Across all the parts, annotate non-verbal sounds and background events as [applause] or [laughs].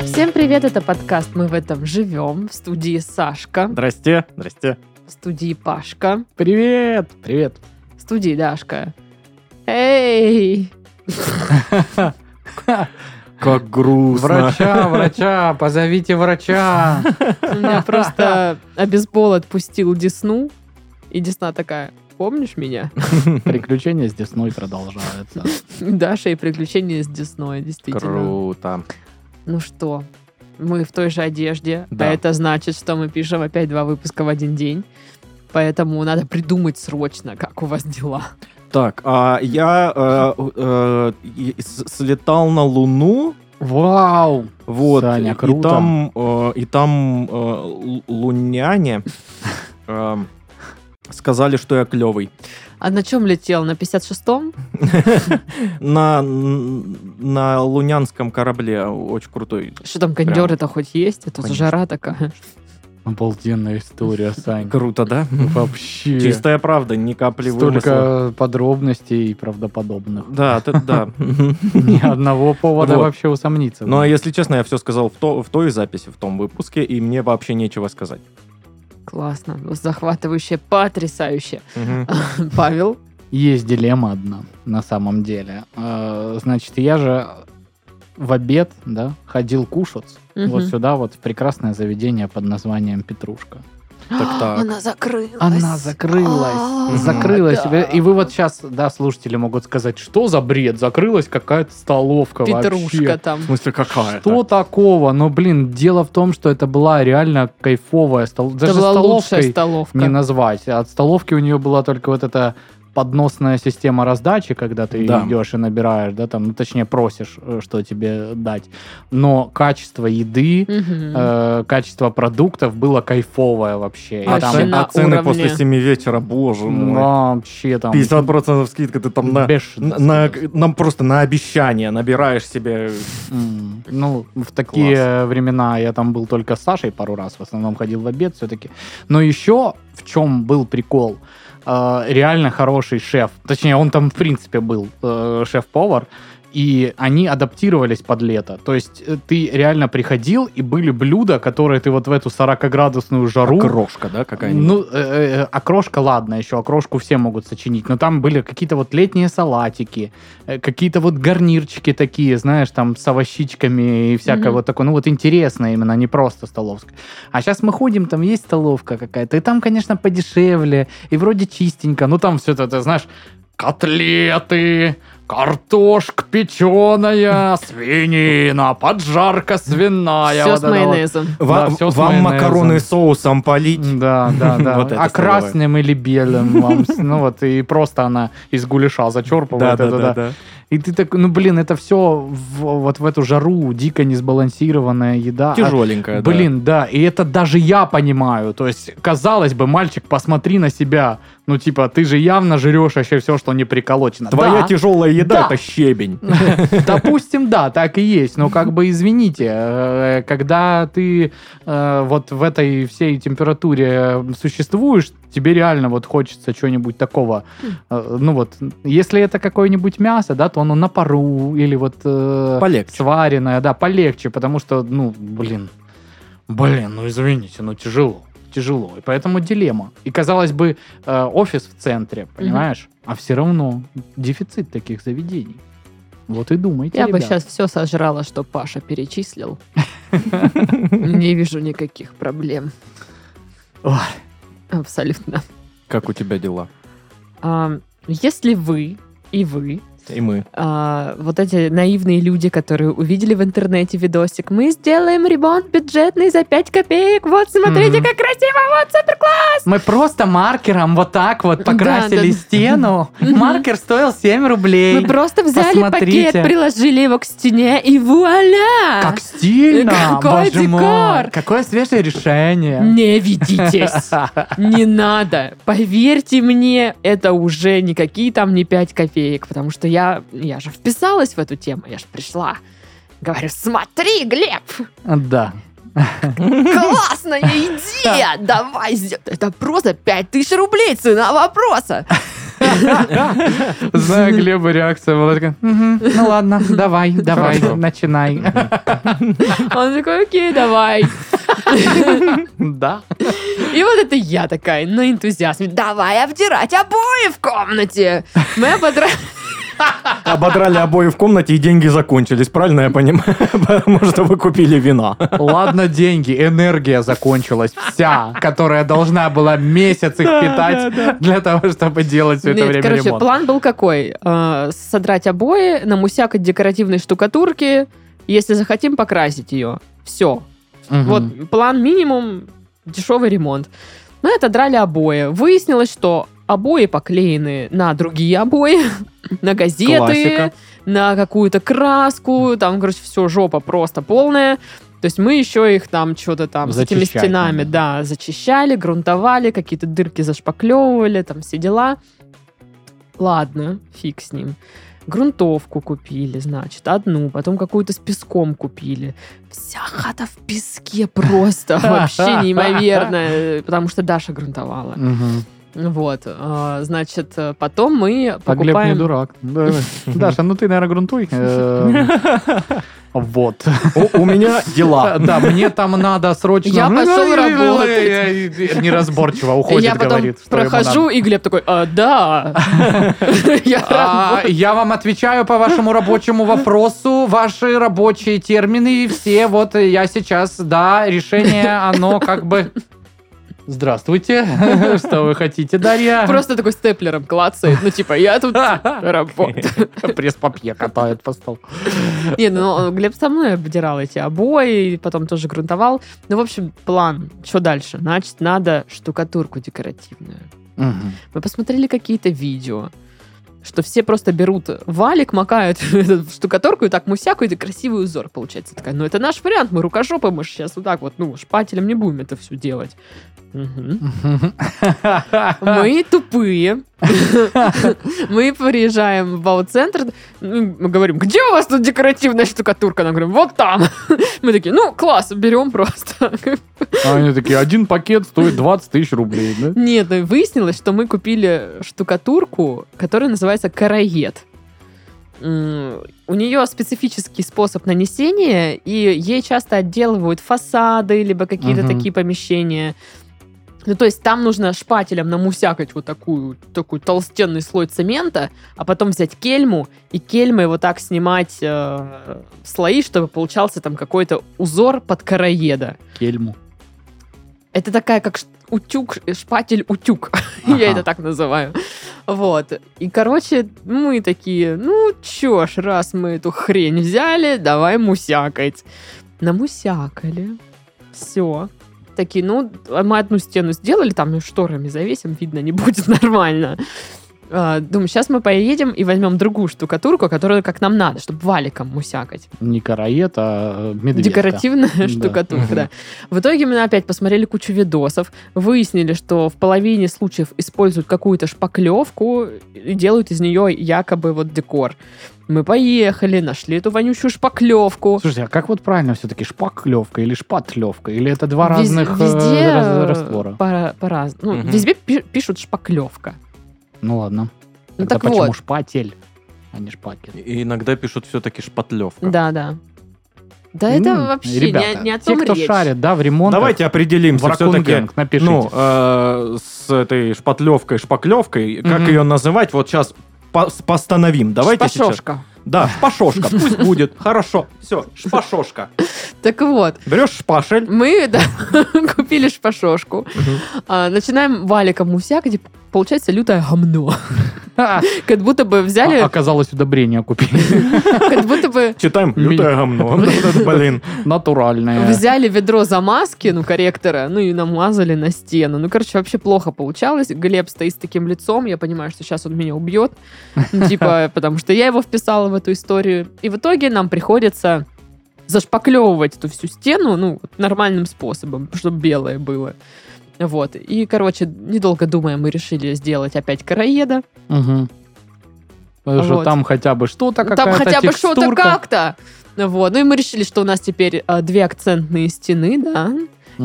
Всем привет, это подкаст «Мы в этом живем» в студии Сашка, Здрасте, здрасте. в студии Пашка, Привет, привет. в студии Дашка. Эй! Как грустно. Врача, врача, позовите врача. У Меня просто обезбол отпустил Десну, и Десна такая, помнишь меня? [laughs] Приключения с Десной продолжаются. Даша и приключения с Десной, действительно. Круто. Ну что, мы в той же одежде, Да. а это значит, что мы пишем опять два выпуска в один день. Поэтому надо придумать срочно, как у вас дела. Так, а я э, э, и- с- слетал на Луну, Вау! вот, Саня, и- и круто. там, э, и там э, лу- луняне эм, сказали, что я клевый. А на чем летел? На 56-м? На на лунянском корабле очень крутой. Что там, кондеры-то хоть есть? Это Конечно. жара такая. Обалденная история, Сань. Круто, да? Вообще. Чистая правда, ни капли вымысла. Столько подробностей [laughs] и правдоподобных. Да, ты- да. Ни одного повода Вот. вообще усомниться. Но, Ну, а если честно, я все сказал в, то, в той записи, в том выпуске, и мне вообще нечего сказать. Классно, захватывающе, потрясающе. Павел, Есть дилемма одна, на самом деле. Э, Значит, я же в обед, да, ходил кушать. Мгм. Вот сюда вот в прекрасное заведение под названием Петрушка. А, Так, так. Она закрылась. Она закрылась. А, Закрылась. да. И вы вот сейчас, да, слушатели могут сказать, что за бред? Закрылась какая-то столовка Петрушка вообще. там. смысле, А какая? Что такого? Но, блин, дело в том, что это была реально кайфовая столовка. Это Даже была лучшая столовкой столовка. не назвать. От столовки у нее была только вот эта подносная система раздачи, когда ты Да. идешь и набираешь, да, там, ну, точнее, просишь, э, что тебе дать. Но качество еды, Мгм. э, качество продуктов было кайфовое вообще. И А, Вообще там- цен- на а цены уровне. после 7 вечера, боже мой. Ну, вообще там... 50% скидка, ты там на, на- бешено на- стоит. нам просто на обещание набираешь себе. М, Ну, в такие времена я там был только с Сашей пару раз, в основном ходил в обед все-таки. Но еще в чем был прикол? Э, реально хороший шеф, точнее, он там в принципе был э, шеф-повар, и они адаптировались под лето. То есть э, ты реально приходил, и были блюда, которые ты вот в эту 40-градусную жару... Крошка, да, Ну, э, э, окрошка, ладно, еще окрошку все могут сочинить, но там были какие-то вот летние салатики, э, какие-то вот гарнирчики такие, знаешь, там с овощичками и всякое Мгм. вот такое. Ну, вот интересно именно, а не просто столовская. А сейчас мы ходим, там есть столовка какая-то, и там, конечно, подешевле, и вроде чистенько, но там все это, ты знаешь, котлеты, картошка печеная, свинина, поджарка свиная. Все а, вот с это вот. майонезом. Ва- ну, да, всё с вам майонезом. макароны соусом полить. Да, [laughs] да, да. Вот это столовая. а красным или белым вам, с- ну вот, и просто она из гуляша зачерпывает это, да. И ты так, ну блин, это все вот в эту жару, дико несбалансированная еда. А, Тяжеленькая, да. Блин, да, и это даже я понимаю. То есть, казалось бы, мальчик, посмотри на себя. Ну, типа, ты же явно жрешь вообще все, что не приколочено. Твоя Да. тяжелая еда Да. это щебень. Допустим, да, так и есть. Но как бы извините, э, когда ты э, вот в этой всей температуре э, существуешь, тебе реально вот хочется чего-нибудь такого. Э, Ну вот, если это какое-нибудь мясо, да, то оно на пару или вот э, Полегче. сваренное, да, полегче, потому что, ну, блин, блин, ну извините, ну тяжело, тяжело. И поэтому дилемма. И казалось бы, э, офис в центре, понимаешь? А все равно дефицит таких заведений. Вот и думайте, Я бы ребята. сейчас все сожрала, что Паша [laughs] перечислил. Не вижу никаких проблем. Ой. Абсолютно. Как у тебя дела? А, Если вы и вы И мы. а, вот эти наивные люди, которые увидели в интернете видосик, мы сделаем ремонт бюджетный за 5 копеек, вот смотрите, Мгм. как красиво, вот супер Мы просто маркером вот так вот Да, покрасили да, да. стену. [laughs] Маркер стоил 7 рублей. Мы просто взяли посмотрите. пакет, приложили его к стене, и вуаля! Как стильно! Какой боже мой! декор! Какое свежее решение! Не [laughs] ведитесь! Не надо! Поверьте мне, это уже никакие там не 5 копеек, потому что я, я же вписалась в эту тему, я же пришла. Говорю, смотри, Глеб! Да. Классная идея! Давай сдел- Это просто 5000 рублей цена вопроса. Знаю Глеба реакция была такая, «Мгм, [laughs] ну ладно, давай, давай, Хорошо. начинай. Он такой, окей, давай. Да. И вот это я такая, на энтузиазме. Давай обдирать обои в комнате. Мы [laughs] ободра... Ободрали обои в комнате и деньги закончились, правильно я понимаю? [laughs] Потому что вы купили вина. Ладно, деньги, энергия закончилась вся, которая должна была месяц их питать для того, чтобы делать все это Нет, время короче, ремонт. план был какой? Э, Содрать обои, намусякать декоративной штукатурки, если захотим, покрасить ее. Все. Мгм. Вот план минимум, дешевый ремонт. Но это драли обои. Выяснилось, что обои поклеены на другие обои, [laughs] на газеты, Классика. на какую-то краску. Там, короче, все жопа просто полная. То есть мы еще их там что-то там с этими Зачищать стенами, надо. да, зачищали, грунтовали, какие-то дырки зашпаклевывали, там все дела. Ладно, фиг с ним. Грунтовку купили, значит, одну, потом какую-то с песком купили. Вся хата в песке [laughs] просто, вообще неимоверная, потому что Даша грунтовала. Мгм. Вот, а, значит, э, потом мы А Глеб не покупаем... дурак. Да. Даша, ну ты, наверное, грунтуй. [laughs] Э, Вот. У у меня дела. Да, мне там надо срочно... Я пошел работать. Неразборчиво уходит, я потом говорит. что ему прохожу, и Глеб такой, «А, да, [laughs] [laughs] я надо. А, работаю». Я вам отвечаю по вашему рабочему вопросу, ваши рабочие термины и все. Вот э, я сейчас, да, решение, оно как бы... Здравствуйте, [laughs] что вы хотите, Дарья? Просто такой степлером клацает, ну типа, я [laughs] тут работаю. пресс-папье катают по столу. Не, ну Глеб со мной обдирал эти обои, и потом тоже грунтовал. Ну, в общем, план. Что дальше? Значит, надо штукатурку декоративную. Мы посмотрели какие-то видео, что все просто берут валик, макают [laughs] в штукатурку и так мусяку, и красивый узор получается. Такая, ну это наш вариант, мы рукожопы, мы же сейчас вот так вот, ну, шпателем не будем это все делать. Мгм. Мы тупые. Мы приезжаем в бау-центр, ну, мы говорим, где у вас тут декоративная штукатурка? Нам говорим, вот там. [laughs] Мы такие, ну, класс, берем просто. А они такие, один пакет стоит 20 тысяч рублей, да? Нет, ну, выяснилось, что мы купили штукатурку, которая называется караед. М, У нее специфический способ нанесения, и ей часто отделывают фасады, либо какие-то Мгм. такие помещения. Ну, то есть там нужно шпателем намусякать вот такую, такой толстенный слой цемента, а потом взять кельму и кельмой вот так снимать э, слои, чтобы получался там какой-то узор под караеда. Кельму. Это такая, как ш- утюг, э, шпатель-утюг. Ага. [laughs] Я это так называю. Вот. И, короче, мы такие, ну чё ж, раз мы эту хрень взяли, давай мусякать. Намусякали. Все. Такие, ну, мы одну стену сделали, там и шторами завесим, видно, не будет [laughs] нормально. А, Думаю, сейчас мы поедем и возьмем другую штукатурку, которая как нам надо, чтобы валиком мусякать. Не караед, а э, медведь. Декоративная Да. штукатурка, Мгм. да. В итоге мы опять посмотрели кучу видосов, выяснили, что в половине случаев используют какую-то шпаклевку и делают из нее якобы вот декор. Мы поехали, нашли эту вонючую шпаклевку. Слушайте, а как вот правильно все-таки шпаклевка или шпатлевка? Или это два Вез- разных э, везде раз- э, раствора? пора- пораз- ну, Мгм. везде пи- пишут шпаклевка. Ну ладно. Ну Тогда так почему вот. шпатель, а не шпатель? И Иногда пишут все-таки шпатлевка. Да, да. Да М, это вообще не- ребята, не, о те, том кто речь. шарит, да, в ремонтах. Давайте в определимся все-таки. Ракунгенг напишите. Ну, э, с этой шпатлевкой, шпаклевкой, как Мгм. ее называть, вот сейчас постановим. Давайте сейчас. Шпашошка. Да, шпашошка, пусть будет. Хорошо, все, шпашошка. Так вот, Берешь шпашель. мы да, [laughs] купили шпашошку, а, начинаем валиком мусякать, и получается лютое гомно. А, Как будто бы взяли, оказалось, [laughs] удобрение купили. как будто бы Читаем Ми- лютое говно. [laughs] Блин. Натуральное. взяли ведро замазки, ну, корректора, ну, и намазали на стену. Ну, короче, вообще плохо получалось. Глеб стоит с таким лицом, я понимаю, что сейчас он меня убьет. [laughs] Ну, типа, потому что я его вписала в эту историю. И в итоге нам приходится зашпаклевывать эту всю стену, ну, вот нормальным способом, чтобы белое было. Вот. И, короче, недолго думая, мы решили сделать опять караеда. Мгм. Потому что Вот. там хотя бы что-то Ну, Там какая-то хотя бы что-то текстурка. как-то. Вот. Ну и мы решили, что у нас теперь а, две акцентные стены, да,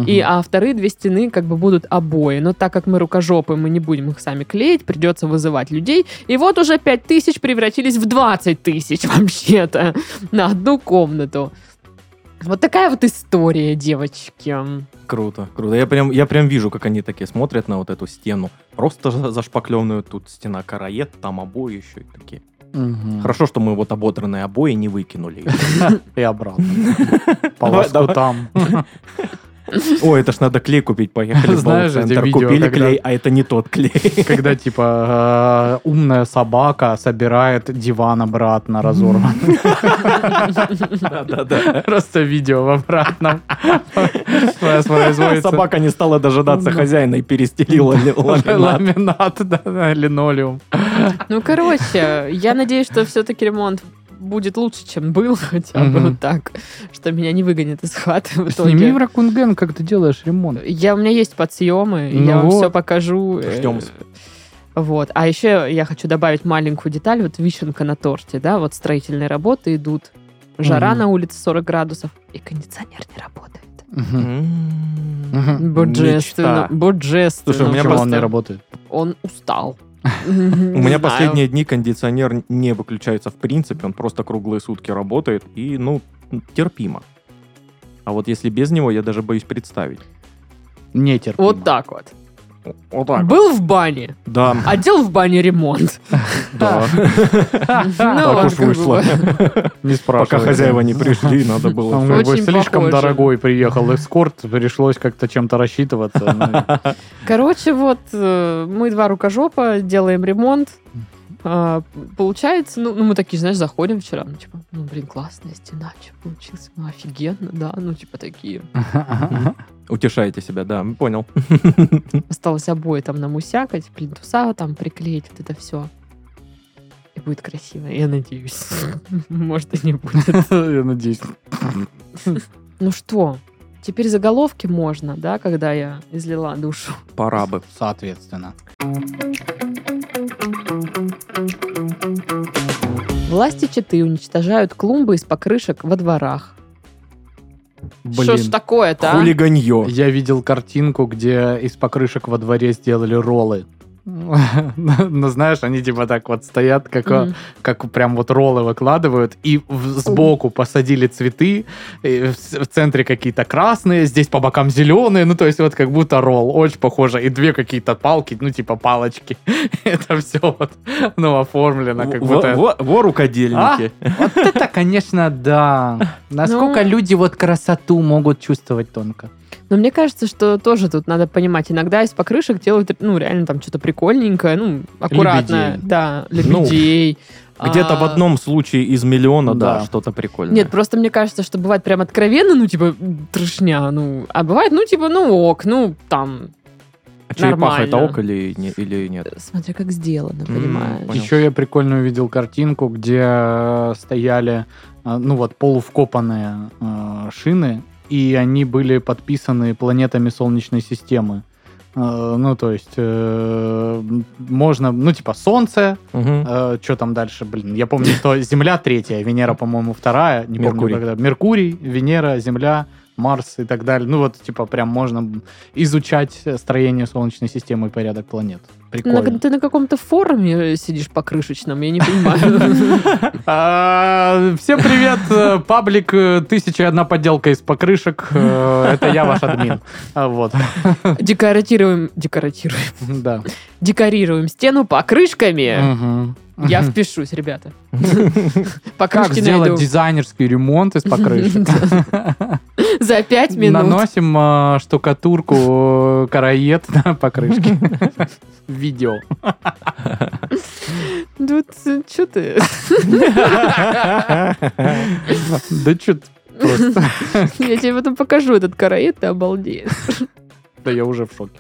и, а вторые две стены как бы будут обои. Но так как мы рукожопы, мы не будем их сами клеить, придется вызывать людей. И вот уже 5 тысяч превратились в 20 тысяч [laughs] вообще-то на одну комнату. Вот такая вот история, девочки. Круто, круто. Я прям, я прям вижу, как они такие смотрят на вот эту стену. Просто за- зашпаклеванную тут стена караед, там обои еще и такие. Мгм. Хорошо, что мы вот ободранные обои не выкинули. И [laughs] обратно. Полоску Давай, там. Ой, это ж надо клей купить, поехали в [laughs] Знаешь, эти Бау-центр, видео, купили когда- клей, а это не тот [laughs] клей. Когда, типа, э, умная собака собирает диван обратно разорванный. Да-да-да. Просто видео [laughs] в обратном. Воспроизводится. Собака не стала Ну. дожидаться хозяина и [laughs] перестелила ли- ламинат. Ламинат, да, да, линолеум. Ну, короче, я надеюсь, что все-таки ремонт будет лучше, чем был [laughs] хотя бы Мгм. вот так, что меня не выгонят из хаты в итоге. Сними в Ракунген, как ты делаешь ремонт. Я, у меня есть подсъемы, Ну я вам вот. все покажу. э, Ждем. Вот. А еще я хочу добавить маленькую деталь. Вот вишенка на торте, да, вот строительные работы идут. Жара Мгм. на улице 40 градусов, и кондиционер не работает. М. Мгм. Мгм. Божественно, Мечта. божественно. Слушай, у меня просто. Почему он не работает? Он [laughs] устал. У У меня последние дни кондиционер не выключается в принципе, он просто круглые сутки работает и, ну, терпимо. А вот если без него, я даже боюсь представить. Не терпимо. Вот так вот. Вот так. Был в бане, [laughs] Да, а делал в бане ремонт. да. Ну, [laughs] Так вот уж как бы вышло. Не спрашивай. Пока хозяева не пришли, надо Там было... Очень как бы слишком похоже. дорогой приехал эскорт, пришлось как-то чем-то рассчитываться. Ну, Короче, вот э, мы два рукожопа, делаем ремонт. А, Получается, ну, ну, мы такие, знаешь, заходим вчера, ну, типа, ну, блин, классная стена, что получилось, ну, офигенно, да, ну, типа, такие. Утешайте себя, да, понял. Осталось обои там намусякать, плинтуса там приклеить, вот это все. И будет красиво, я надеюсь. [laughs] Может, и не будет. Я надеюсь. Ну что, теперь заголовки можно, да, когда я излила душу. Пора бы. Соответственно. Власти Читы уничтожают клумбы из покрышек во дворах. Что ж Блин. такое-то, а? Хулиганье. Я видел картинку, где из покрышек во дворе сделали роллы. [laughs] Ну, знаешь, они типа так вот стоят, как, а, Мгм. как прям вот роллы выкладывают, и в- сбоку посадили цветы, и в, с- в центре какие-то красные, здесь по бокам зеленые, ну то есть вот как будто ролл, очень похоже, и две какие-то палки, ну типа палочки. [laughs] Это все вот, ну, оформлено как Во- будто... во- во рукодельники. Вот это, конечно, [laughs] да. Насколько люди вот красоту могут чувствовать тонко. Но мне кажется, что тоже тут надо понимать, иногда из покрышек делают, ну, реально там что-то прикольненькое, ну, аккуратно. Лебедей. Да, Ну, лебедей. А, Где-то в одном случае из миллиона, да, Да. что-то прикольное. Нет, просто мне кажется, что бывает прям откровенно, ну, типа, трешня, ну, а бывает, ну, типа, ну, ок, ну, там, А черепаха это нормально. ок или не- или [laughs] нет? смотря как сделано, М, понимаешь. понял. Еще я прикольно увидел картинку, где э, стояли, э, ну вот, полувкопанные э, шины, и они были подписаны планетами Солнечной системы. Э, Ну, то есть, э, можно, ну, типа, Солнце, Мгм. [laughs] что там дальше, блин, я помню, [laughs] что Земля третья, Венера, по-моему, вторая, не Меркурий. помню, когда, Меркурий, Венера, Земля, Марс и так далее. Ну, вот, типа, прям можно изучать строение Солнечной системы и порядок планет. На- Прикольно. ты на каком-то форуме сидишь покрышечном, я не понимаю. А, Всем привет, э, паблик э, «Тысяча и одна подделка из покрышек». Э, Это я ваш админ. А, Вот, Декоратируем, декоратируем, да. декорируем стену покрышками. Мгм. Я впишусь, ребята. Как Покрышки сделать найду. дизайнерский ремонт из [laughs] покрышек? За пять минут. Наносим э, штукатурку э, караед на покрышки. [laughs] Видео. Ну, что ты? Да чё ты просто. [laughs] Я тебе потом покажу этот караид, ты обалдеешь. Да я уже в шоке.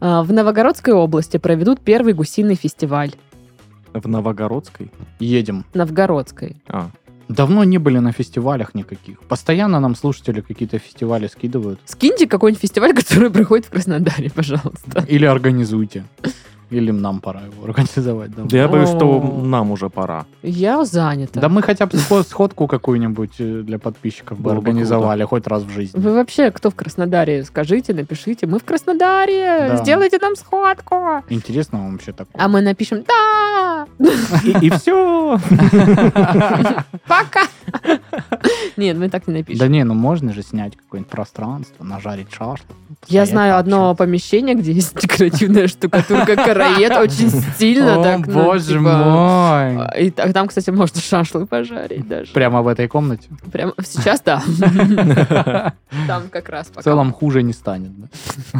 А, В Новогородской области проведут первый гусиный фестиваль. В Новогородской? Едем. Новгородской. А, Давно не были на фестивалях никаких. Постоянно нам слушатели какие-то фестивали скидывают. [laughs] Скиньте какой-нибудь фестиваль, который проходит в Краснодаре, пожалуйста. Или организуйте. Или нам пора его организовать? Да, Да я боюсь, что О. нам уже пора. Я занята. Да мы хотя бы сход- сходку какую-нибудь э, для подписчиков бы Было бы организовали хоть раз в жизни. Вы вообще кто в Краснодаре? Скажите, напишите. Мы в Краснодаре! Да. Сделайте нам сходку! Интересно вам вообще такое? А мы напишем «Да! И, все. Пока!» Нет, мы так не Да напишем. не, ну можно же снять какое-нибудь пространство, нажарить шашлык. ну, Я постоять, знаю одно пообщаться. помещение, где есть [laughs] декоративная штукатурка караед, очень стильно. О, так, ну, боже типа, мой. И так- там, кстати, можно шашлык пожарить даже. Прямо в этой комнате. Прям сейчас, [laughs] да. Там как раз В пока. целом хуже не станет. да?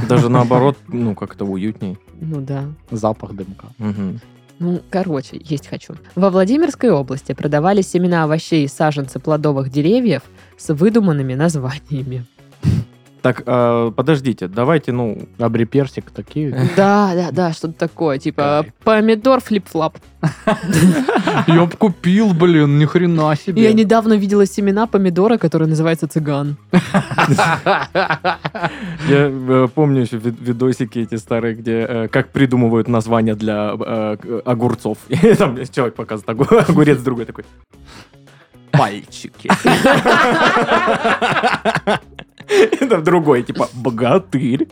Даже наоборот, ну, как-то уютней. Ну да. Запах дымка. Мгм. Ну, короче, есть хочу. Во Владимирской области продавали семена овощей и саженцы плодовых деревьев с выдуманными [laughs] названиями. Так, э, подождите, давайте, ну, Абри [laughs] персик такие. Да, да, да, что-то такое, типа Ай. помидор флип-флап. Я б купил, блин, ни хрена себе. Я недавно видела семена помидора, который называется цыган. я э, помню еще вид- видосики эти старые, где э, как придумывают названия для э, к- огурцов. [laughs] И там человек показывает огу- огурец, другой такой. Пальчики. И там другой, типа, богатырь.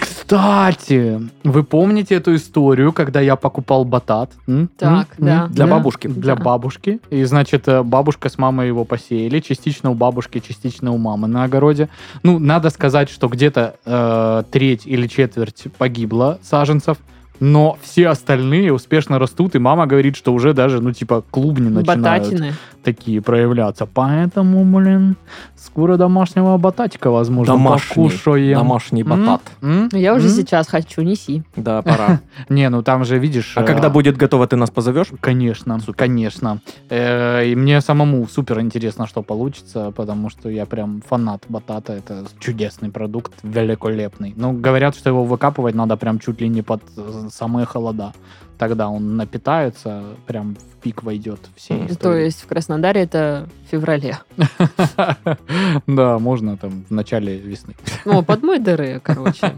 Кстати, вы помните эту историю, когда я покупал батат? М? Так, М? да. М? Для Да. бабушки. Для Да. бабушки. И, значит, э, бабушка с мамой его посеяли. Частично у бабушки, частично у мамы на огороде. Ну, надо сказать, что где-то э, треть или четверть погибло саженцев. Но все остальные успешно растут, и мама говорит, что уже даже, ну, типа, клубни начинают Бататины. такие проявляться. Поэтому, блин, скоро домашнего бататика, возможно, Домашний. покушаем. Домашний М? батат. М? Я уже М? сейчас хочу, неси. Да, пора. Не, ну там же, видишь... А э, когда будет готово, ты нас позовешь? Конечно, конечно. Э, и мне самому супер интересно, что получится, потому что я прям фанат батата. Это чудесный продукт, великолепный. Ну, говорят, что его выкапывать надо прям чуть ли не под э, самые холода. Тогда он напитается, прям в пик войдет всей Мгм. То истории. есть в Краснодаре это в феврале. [laughs] Да, можно там в начале весны. Ну, под мой дыры, короче.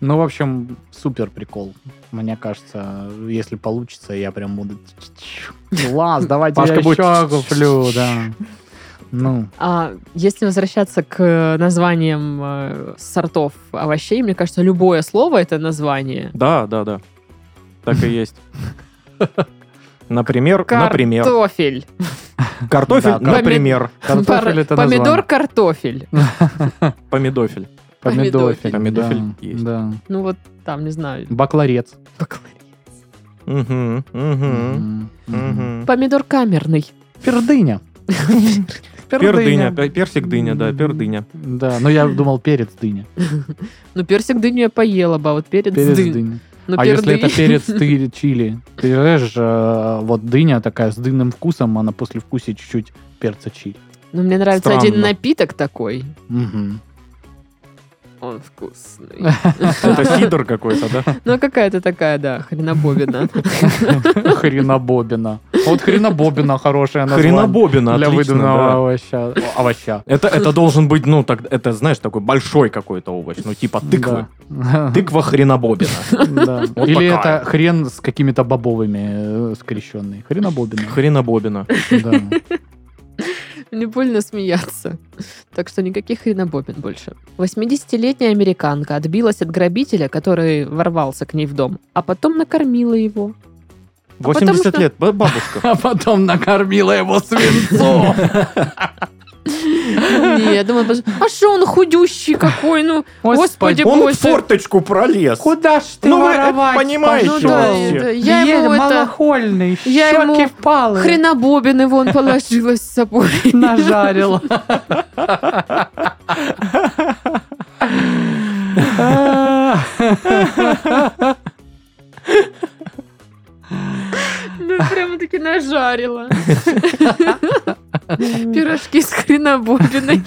Ну, в общем, супер прикол. Мне кажется, если получится, я прям буду... Класс, давайте я Пашка будет еще куплю, да. Ну, А если возвращаться к э, названиям э, сортов овощей, мне кажется, любое слово это название. Да, да, да. Так [laughs] и есть. Например, например. Картофель. Картофель, Да, кар- например. картофель Пар- это Помидор картофель. Помидофель. название. помидофель. Помидофель да, есть. Да. Ну вот там, не знаю. Бакларец. Мгм, мгм, Мгм. Мгм. мгм. Помидор камерный. Пердыня. Пердыня, пе- персик дыня, да, пердыня. Да, ну я думал перец дыня. Ну, персик дыню я поела бы, а вот перец, Перец дынь. дыня. Ну, а если пердынь. [laughs] это перец ты чили? Ты знаешь, э, вот дыня такая с дынным вкусом, она после вкуса чуть-чуть перца чили. Ну, мне нравится один Странно. напиток такой. Мгм. Он вкусный. Это сидор какой-то, да? Ну, какая-то такая, да, хренобобина. Хренобобина. А Вот хренобобина хорошая название. Хренобобина, Для отлично, выдуманного да. овоща. О, овоща. Это, это должен быть, ну, так, это, знаешь, такой большой какой-то овощ, ну, типа тыквы. Да. Тыква хренобобина. [laughs] Да. Вот Или такая. это хрен с какими-то бобовыми э, скрещенный. Хренобобина. Хренобобина. Да. Мне больно смеяться. Так что никаких хренобобин больше. 80-летняя американка отбилась от грабителя, который ворвался к ней в дом, а потом накормила [laughs] его. [laughs] потому 80 что- лет, б- [laughs] бабушка. А потом накормила его свинцом. Не, я думаю, боже, а что он худющий какой, [laughs] ну, господи Он в боже. форточку пролез. Куда ж ты Ну, вы это воровать понимаете Ну да, это- я ему это малохольный, я ему щеки впалы. хренобобин его он положила с собой. нажарила. Ну, прямо-таки [laughs] нажарила. Пирожки с [laughs] хренобобиной.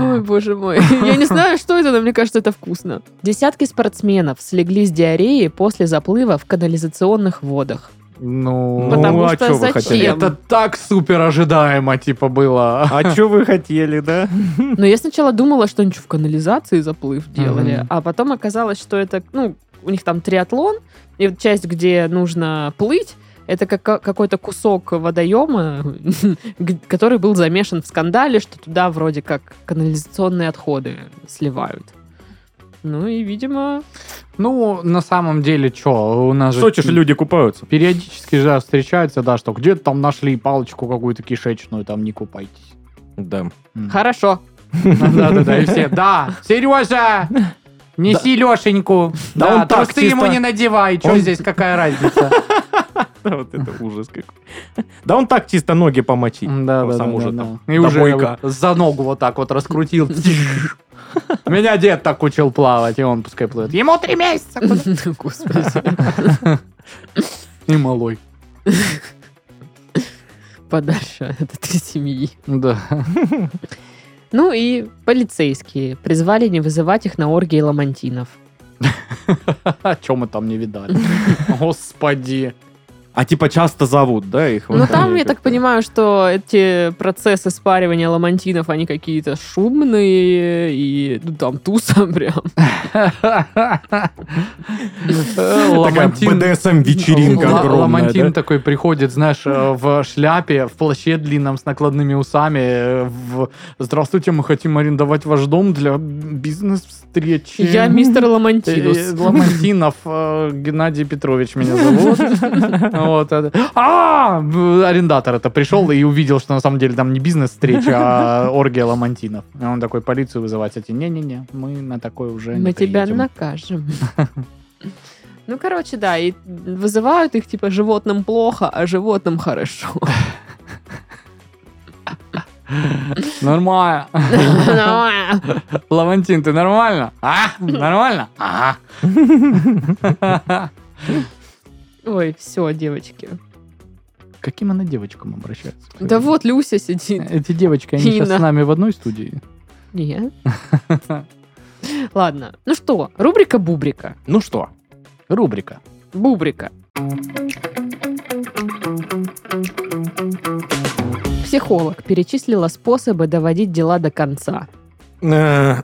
Ой, боже мой. Я не знаю, что это, но мне кажется, это вкусно. Десятки спортсменов слегли с диареей после заплыва в канализационных водах. Ну, Потому а что чё вы зачем? хотели? это так супер ожидаемо, типа, было. А что вы хотели, да? Но я сначала думала, что они чё, в канализации заплыв делали, Мгм. а потом оказалось, что это, ну, у них там триатлон, и вот часть, где нужно плыть, это как- какой-то кусок водоема, [laughs] г- который был замешан в скандале, что туда вроде как канализационные отходы сливают. Ну и, видимо, Ну, на самом деле, что, у нас В [laughs] Сочи же же люди купаются. периодически же встречаются, да, что где-то там нашли палочку какую-то кишечную, там не купайтесь. Да. М. хорошо. Да-да-да, [laughs] и все, да, Сережа, неси Лешеньку. Да Да, он так трусы ему чисто. не надевай, что Он- здесь, какая разница? [laughs] Вот [laughs] это ужас какой. Да он так чисто ноги помочи. Да, Ну, да, сам да, уже да, там да. И уже домойка. вот типа, за ногу вот так вот раскрутил. [laughs] Меня дед так учил плавать, и он пускай плывет. Ему три месяца. куда- [laughs] Господи, И малой. подальше от этой семьи. Да. [laughs] Ну и полицейские призвали не вызывать их на оргии ламантинов. О чем А мы там не видали? [laughs] Господи. А типа часто зовут, да, их? Ну, Вот там, они я так как-то. понимаю, что эти процессы спаривания ламантинов, они какие-то шумные, и ну, там туса [laughs] прям. Такая Э, Ламантин. БДСМ Ла- вечеринка огромная, Ламантин да? такой приходит, знаешь, э, в шляпе, в плаще длинном с накладными усами. э, в «Здравствуйте, мы хотим арендовать ваш дом для бизнес-встречи». Я мистер Э, э, Ламантинус. Ламантинов э, Геннадий Петрович меня зовут. [laughs] Вот это. А, б- арендатор это пришел и увидел, что на самом деле там не бизнес-встреча, [laughs] а оргия Ламантинов. И Он такой полицию вызывать, эти не-не-не, мы на такое уже не Мы тебя приедем». накажем. Ну, короче, да, и вызывают их, типа, животным плохо, а животным хорошо. [laughs] Нормально. [laughs] Лавантин, ты нормально? А? Нормально? А. [laughs] Ой, все, девочки. Каким она девочкам обращается? Да вот Люся сидит. Эти девочки, они сейчас Инна. с нами в одной студии. [laughs] Нет. Ладно. Ну что, рубрика Бубрика. Ну что? Рубрика. Бубрика. Психолог перечислила способы доводить дела до конца. Э,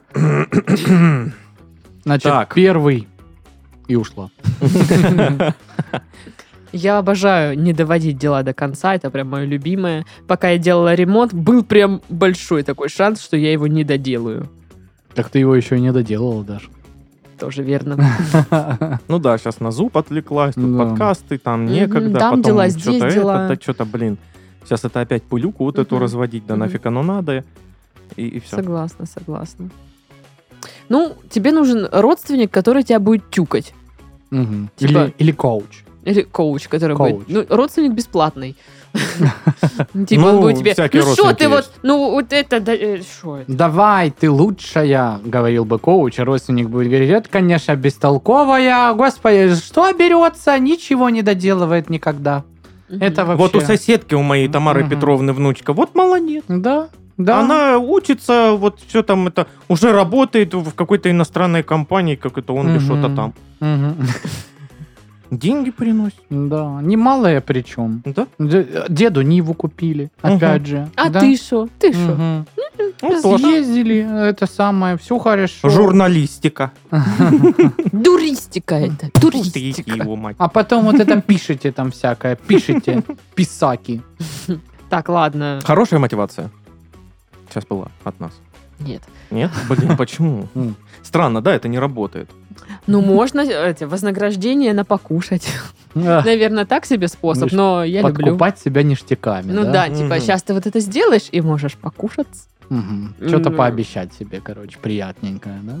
Значит, Так. первый. И ушла. Я обожаю не доводить дела до конца, это прям мое любимое. Пока я делала ремонт, был прям большой такой шанс, что я его не доделаю. Так ты его еще и не доделала даже. Тоже [laughs] верно. [coughs] Ну да, сейчас на зуб отвлеклась, тут Да. подкасты, там Мгм, некогда, там потом дела, что-то здесь это, дела. да что-то, блин. Сейчас это опять пылюку вот эту Мгм. разводить, да Мгм. нафиг оно надо. И, и все. Согласна, согласна. Ну, тебе нужен родственник, который тебя будет тюкать. Мгм. Типа- Или или коуч. Или коуч, который Коуч. будет... Ну, родственник [laughs] бесплатный. Типа он Ну, будет тебе... всякие Ну, что ты родственники вот... есть. Ну, вот это... да, э, Что это? Давай, ты лучшая, говорил бы коуч, а родственник будет говорить, это, конечно, бестолковая, господи, что берется, ничего не доделывает никогда. Это Мгм. вообще... Вот у соседки у моей Тамары Мгм. Петровны внучка, вот молодец. Да, да. Она учится, вот все там это, уже работает в какой-то иностранной компании, как это он или Мгм. что-то там. Мгм. Деньги приносит. Да, немалая причем. Да? Д- Деду Ниву купили, Мгм. опять же. А да. ты что? Ты что? Мгм. Ну, тоже. Съездили, это самое, все хорошо. Журналистика. Дуристика это. Ну ты иди Дуристика. его, мать. А потом вот это пишите там всякое, пишите, писаки. Так, ладно. Хорошая мотивация. Сейчас была от нас. Нет. Нет? Блин, почему? М. Странно, да, это не работает. Ну, можно эти, вознаграждение на [laughs] покушать. Эх, Наверное, так себе способ, Знаешь, но Ну, я люблю. Подкупать себя ништяками, Ну да, типа, Мгм. сейчас ты вот это сделаешь и можешь покушать. Что-то М. пообещать себе, короче, приятненькое, да?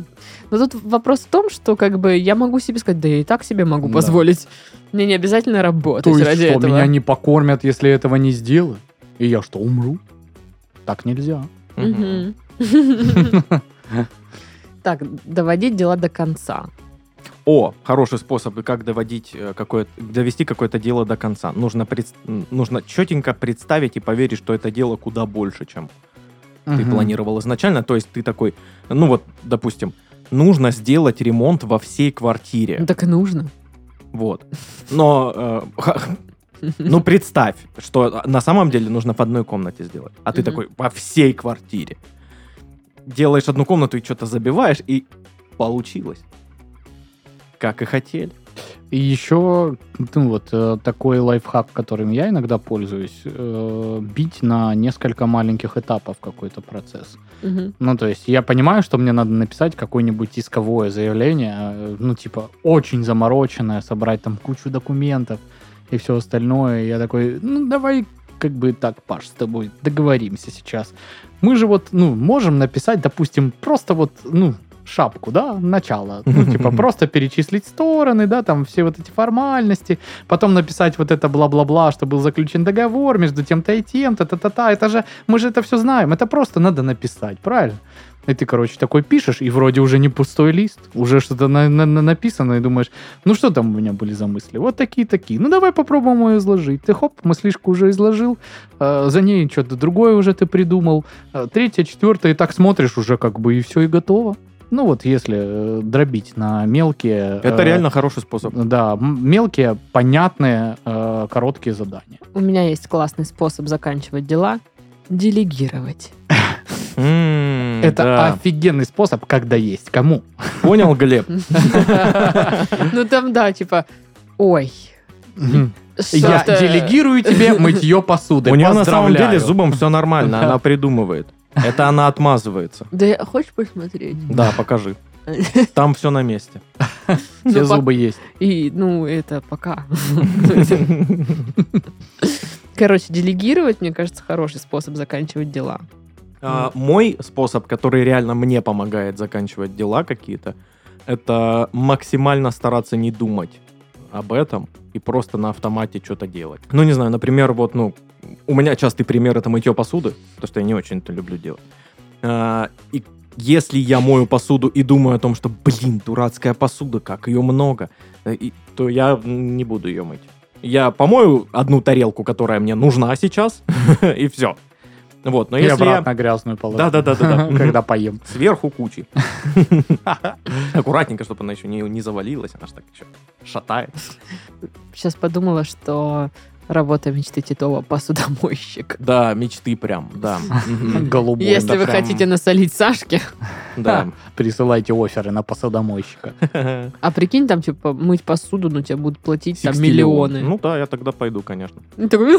Но тут вопрос в том, что как бы я могу себе сказать, да я и так себе могу Да. позволить. Мне не обязательно работать То есть А ради что, этого. меня не покормят, если этого не сделаю? И я что, умру? Так нельзя. Мгм. [laughs] Мгм. Так, доводить дела до конца. О, хороший способ, как доводить э, какое довести какое-то дело до конца. Нужно, пред- м, нужно четенько представить и поверить, что это дело куда больше, чем ты планировал изначально. То есть ты такой, ну вот, допустим, нужно сделать ремонт во всей квартире. Ну, так и нужно. Вот. Но э, ха- Ну, представь, что на самом деле нужно в одной комнате сделать. А ты Мгм. такой по всей квартире. Делаешь одну комнату и что-то забиваешь, и получилось. Как и хотели. И еще, ну вот, э, такой лайфхак, которым я иногда пользуюсь, э, бить на несколько маленьких этапов какой-то процесс. [laughs] Мгм. Ну, то есть я понимаю, что мне надо написать какое-нибудь исковое заявление, э, ну, типа, очень замороченное, собрать там кучу документов и все остальное. И я такой, ну, давай как бы так, Паш, с тобой договоримся сейчас. Мы же вот, ну, можем написать, допустим, просто вот, ну, шапку, да, начало. Ну, типа, просто перечислить стороны, да, там все вот эти формальности, потом написать вот это бла-бла-бла, что был заключен договор между тем-то и тем-то, та-та-та. Это же, мы же это все знаем, это просто надо написать, правильно? И ты, короче, такой пишешь, и вроде уже не пустой лист, уже что-то на- на- на- написано, и думаешь, ну что там у меня были за мысли? Вот такие-такие. Ну давай попробуем ее изложить. Ты хоп, мыслишку уже изложил, э, за ней что-то другое уже ты придумал, э, третье, четвертое, и так смотришь уже как бы и все, и готово. Ну вот если э, дробить на мелкие... Это э, реально хороший способ. Да, м- мелкие, понятные, э, короткие задания. У меня есть классный способ заканчивать дела. Делегировать. М, Это да. офигенный способ, когда есть кому. Понял, [laughs] Глеб? Ну там, да, типа, ой, Я что-то- делегирую тебе мытье посуды. У нее на самом Поздравляю. деле с зубом все нормально, [laughs] она придумывает. Это она отмазывается. Да я- хочешь посмотреть? Да, покажи. Там все на месте. Ну, Все пок- зубы есть. И, ну, это пока. [laughs] Короче, делегировать, мне кажется, хороший способ заканчивать дела. А, Мой способ, который реально мне помогает заканчивать дела какие-то, это максимально стараться не думать об этом и просто на автомате что-то делать. Ну, не знаю, например, вот, ну, у меня частый пример это мытье посуды, то, что я не очень это люблю делать. А, И если я мою посуду и думаю о том, что, блин, дурацкая посуда, как ее много, э, и- то я м, не буду ее мыть. Я помою одну тарелку, которая мне нужна сейчас, [laughs] и все. Вот, но и если я... обратно грязную положу. Да, да, да, да, [laughs] Когда поем. Сверху кучи. [laughs] Аккуратненько, чтобы она еще не, не завалилась, она же так еще шатает. Сейчас подумала, что работа мечты Титова посудомойщик. Да, мечты прям, [laughs] да. Мгм. Голубой. Если да, вы прям. хотите насолить Сашке, Да. Присылайте оферы на посудомойщика. [laughs] а прикинь, там, типа, мыть посуду, но тебе будут платить там Секстиллион. миллионы. Ну да, я тогда пойду, конечно. И такой,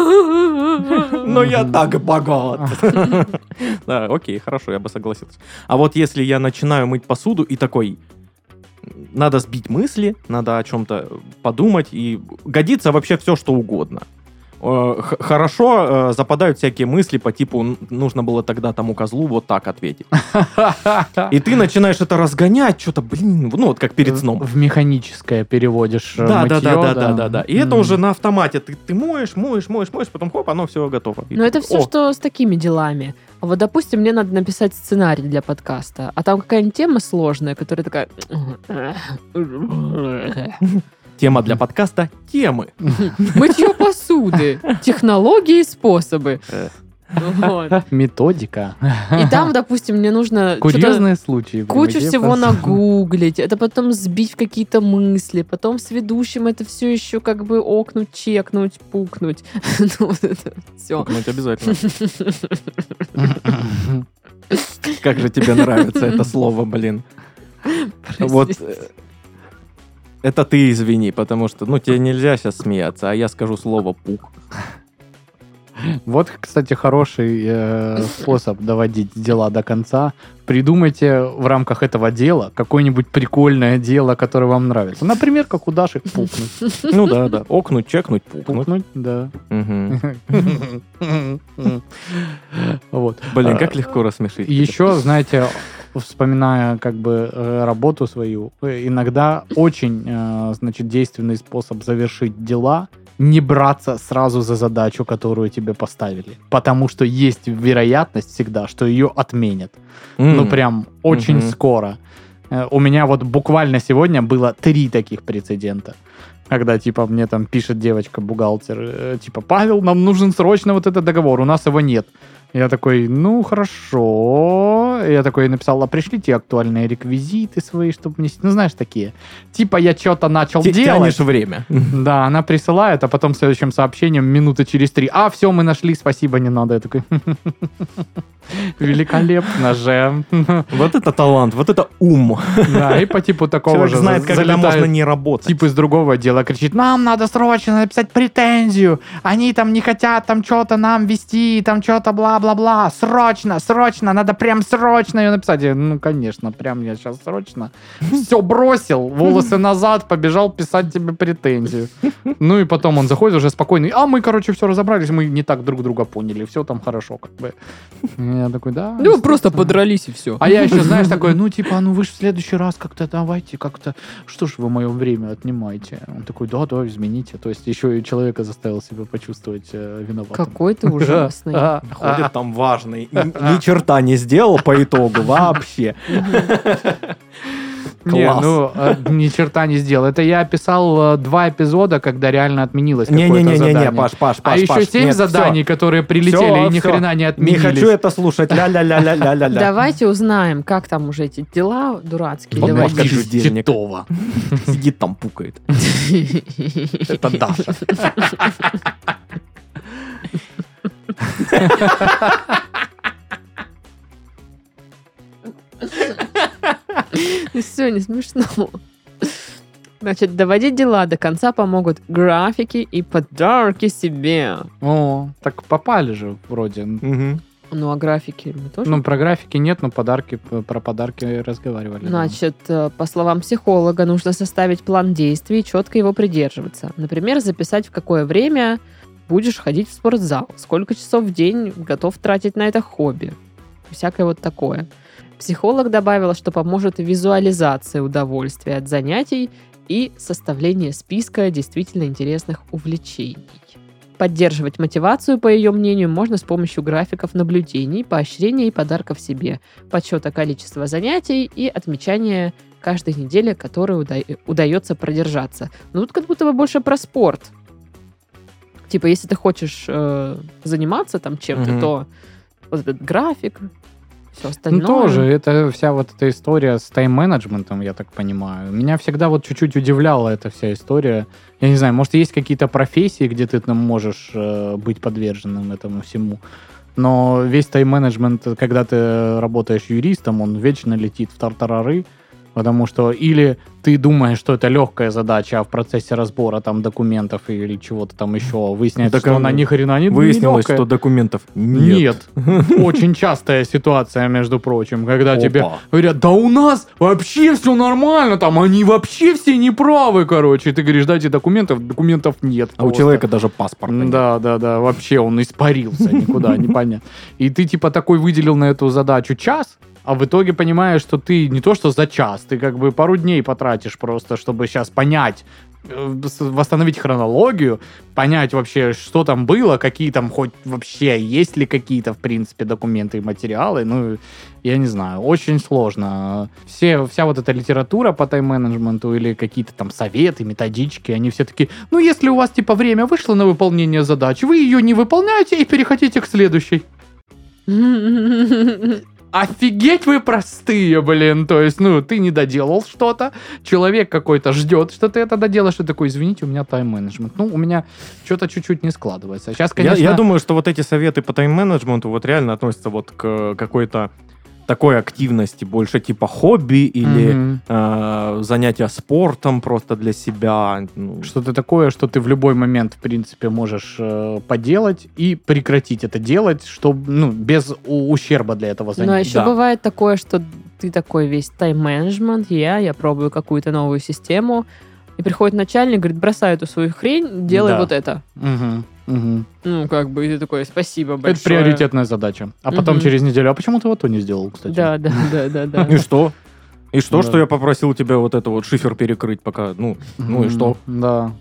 Но я Мгм. так богат. [laughs] Да, окей, хорошо, я бы согласился. А вот если я начинаю мыть посуду и такой, надо сбить мысли, надо о чем-то подумать, и годится вообще все, что угодно. Э, х- Хорошо э, западают всякие мысли по типу «Н- нужно было тогда тому козлу вот так ответить. И ты начинаешь это разгонять, что-то, блин, ну вот как перед сном. Э, В механическое переводишь э, Да, да, мытье, да, да, да, да, да. И это М. уже на автомате. Ты, ты моешь, моешь, моешь, моешь, потом хоп, оно все готово. И Но ты- Ну, это все, «О, что с такими делами. А вот, допустим, мне надо написать сценарий для подкаста, а там какая-нибудь тема сложная, которая такая... Тема для подкаста – темы. Мытье посуды, технологии и способы. Э. Вот. Методика. И там, допустим, мне нужно что-то- Курьезные случаи. в кучу Ремеде всего пос- нагуглить, это потом сбить в какие-то мысли, потом с ведущим это все еще как бы окнуть, чекнуть, пукнуть. [laughs] Ну, вот это все. Пукнуть обязательно. [laughs] Как же тебе нравится это слово, блин. Вот э, это ты извини, потому что, ну, тебе нельзя сейчас смеяться, а я скажу слово пук. Вот, кстати, [laughs] хороший э, способ доводить дела до конца. Придумайте в рамках этого дела какое-нибудь прикольное дело, которое вам нравится. Например, как у [laughs] Даши пукнуть. Ну да, да. Окнуть, чекнуть, пукнуть. Пукнуть, [laughs] да. [laughs] Мгм. Вот. А, Блин, как легко рассмешить. Еще, знаете, вспоминая как бы э, работу свою, э, иногда очень, э, значит, действенный способ завершить дела не браться сразу за задачу, которую тебе поставили. Потому что есть вероятность всегда, что ее отменят. М. Ну, прям очень Мгм. скоро. Э, У меня вот буквально сегодня было три таких прецедента. Когда, типа, мне там пишет девочка-бухгалтер, э, типа, Павел, нам нужен срочно вот этот договор, у нас его нет. Я такой, ну, хорошо. Я такой написал, а пришлите актуальные реквизиты свои, чтобы мне... с- Ну, знаешь, такие. Типа, я что-то начал Те- делать. Тянешь время. Да, она присылает, а потом следующим сообщением минуты через три. А, все, мы нашли, спасибо, не надо. Я такой... [laughs] Великолепно же. [laughs] Вот это талант, вот это ум. Да, и по типу такого Человек же знает, когда залетает типа, можно не работать. Тип из другого отдела кричит, нам надо срочно написать претензию, они там не хотят там что-то нам вести, там что-то бла-бла-бла, срочно, срочно, надо прям срочно ее написать. Я, ну, конечно, прям я сейчас срочно все бросил, волосы назад, побежал писать тебе претензию. Ну и потом он заходит уже спокойный, а мы, короче, все разобрались, мы не так друг друга поняли, все там хорошо, как бы. Я такой, да. Ну, просто естественно». подрались и все. А я еще, знаешь, такой, ну, типа, ну вы же в следующий раз как-то давайте, как-то, что ж вы мое время отнимаете? Он такой, да, да, измените. То есть еще и человека заставил себя почувствовать э, виноватым. Какой ты ужасный. А, а, Ходит там важный. Н- Ни черта не сделал по итогу вообще. Не, Класс. ну, э, ни черта не сделал. Это я писал э, два эпизода, когда реально отменилось какое-то Не-не-не-не, задание. Паш, Паш, Паш. а еще Паш, семь нет, всё. заданий, которые прилетели Всё, и ни всё. хрена не Не отменились. хочу это слушать. Ля-ля-ля-ля-ля-ля. Давайте узнаем, как там уже эти дела дурацкие. Вот Давайте. Машка Бумажка Давайте. без Титова. Сидит там, пукает. [laughs] [laughs] Это Даша. [laughs] Все, не смешно. Значит, доводить дела до конца помогут графики и подарки себе. О, так попали же вроде. Мгм. Ну, а графики мы тоже Ну, про графики нет, но подарки, п- про подарки разговаривали. да. Значит, э, по словам психолога, нужно составить план действий и четко его придерживаться. Например, записать, в какое время будешь ходить в спортзал, сколько часов в день готов тратить на это хобби. Всякое вот такое. Психолог добавила, что поможет визуализация удовольствия от занятий и составление списка действительно интересных увлечений. Поддерживать мотивацию, по ее мнению, можно с помощью графиков наблюдений, поощрения и подарков себе подсчета количества занятий и отмечания каждой недели, которой уда- удается продержаться. Ну, тут как будто бы больше про спорт. Типа, если ты хочешь э, заниматься там чем-то, Мгм. то вот этот график, все Ну, остальное. тоже, это вся вот эта история с тайм-менеджментом, я так понимаю. Меня всегда вот чуть-чуть удивляла эта вся история. Я не знаю, может, есть какие-то профессии, где ты там можешь э, быть подверженным этому всему. Но весь тайм-менеджмент, когда ты работаешь юристом, он вечно летит в тартарары, потому что или ты думаешь, что это легкая задача, а в процессе разбора там документов или чего-то там еще выясняется, Так, что а она ни хрена не Выяснилось, нелегкая. что документов нет. Нет. [laughs] Очень частая ситуация, между прочим, когда Опа. А тебе говорят, да у нас вообще все нормально, там они вообще все неправы, короче. И ты говоришь, дайте документов, документов нет. А у просто. человека даже паспорт. М, Да, да, да, вообще он испарился никуда, непонятно. И ты типа такой выделил на эту задачу час, а в итоге понимаешь, что ты не то что за час, ты как бы пару дней потратишь просто, чтобы сейчас понять, э, с- восстановить хронологию, понять вообще, что там было, какие там хоть вообще, есть ли какие-то, в принципе, документы и материалы, ну, я не знаю, очень сложно. Все, вся вот эта литература по тайм-менеджменту или какие-то там советы, методички, они все такие, ну, если у вас, типа, время вышло на выполнение задачи, вы ее не выполняете и переходите к следующей. [laughs] Офигеть вы простые, блин. То есть, ну, ты не доделал что-то, человек какой-то ждет, что ты это доделаешь, и такой, извините, у меня тайм-менеджмент. Ну, у меня что-то чуть-чуть не складывается. Сейчас, Я, конечно... я думаю, что вот эти советы по тайм-менеджменту вот реально относятся вот к какой-то такой активности, больше типа хобби или Мгм. э, занятия спортом просто для себя. Ну, Что-то такое, что ты в любой момент, в принципе, можешь э, поделать и прекратить это делать, чтобы, ну, без у- ущерба для этого Ну, а занятия. еще да. бывает такое, что ты такой весь тайм-менеджмент, я, я пробую какую-то новую систему, и приходит начальник, говорит, бросай эту свою хрень, делай Да. вот это. Мгм, мгм. Ну, как бы, и ты такой, спасибо большое. Это приоритетная задача. А потом Мгм. через неделю, а почему ты вот то не сделал, кстати? Да, да, да, да, да. [laughs] И что? И что, Да. что я попросил тебя вот это вот шифер перекрыть, пока, ну, ну и Мгм, что? Да.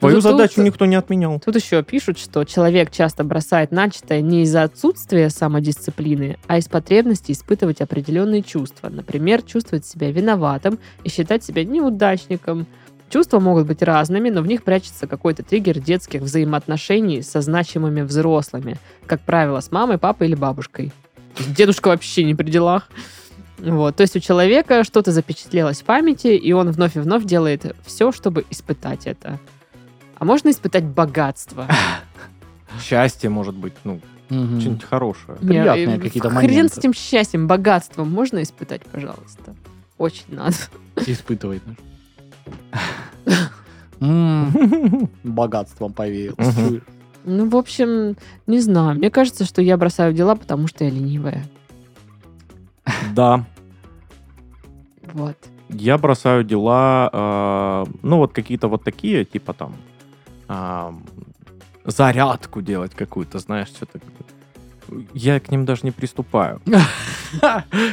Твою зато задачу вот- никто не отменял. Тут еще пишут, что человек часто бросает начатое не из-за отсутствия самодисциплины, а из потребности испытывать определенные чувства. Например, чувствовать себя виноватым и считать себя неудачником, Чувства могут быть разными, но в них прячется какой-то триггер детских взаимоотношений со значимыми взрослыми. Как правило, с мамой, папой или бабушкой. Дедушка вообще не при делах. Вот. То есть у человека что-то запечатлелось в памяти, и он вновь и вновь делает все, чтобы испытать это. А можно испытать богатство. Счастье, может быть, ну, Мгм. что-нибудь [laughs] хорошее. Не, Приятные э, какие-то Хрен моменты. с этим счастьем, богатством можно испытать, пожалуйста. Очень надо. типа [laughs] Испытывает. М, Богатством повеял. Мгм. Ну, в общем, не знаю. Мне кажется, что я бросаю дела, потому что я ленивая. Да. Вот. Я бросаю дела, э, ну, вот какие-то вот такие, типа там, а, зарядку делать какую-то, знаешь, что-то. Я к ним даже не приступаю.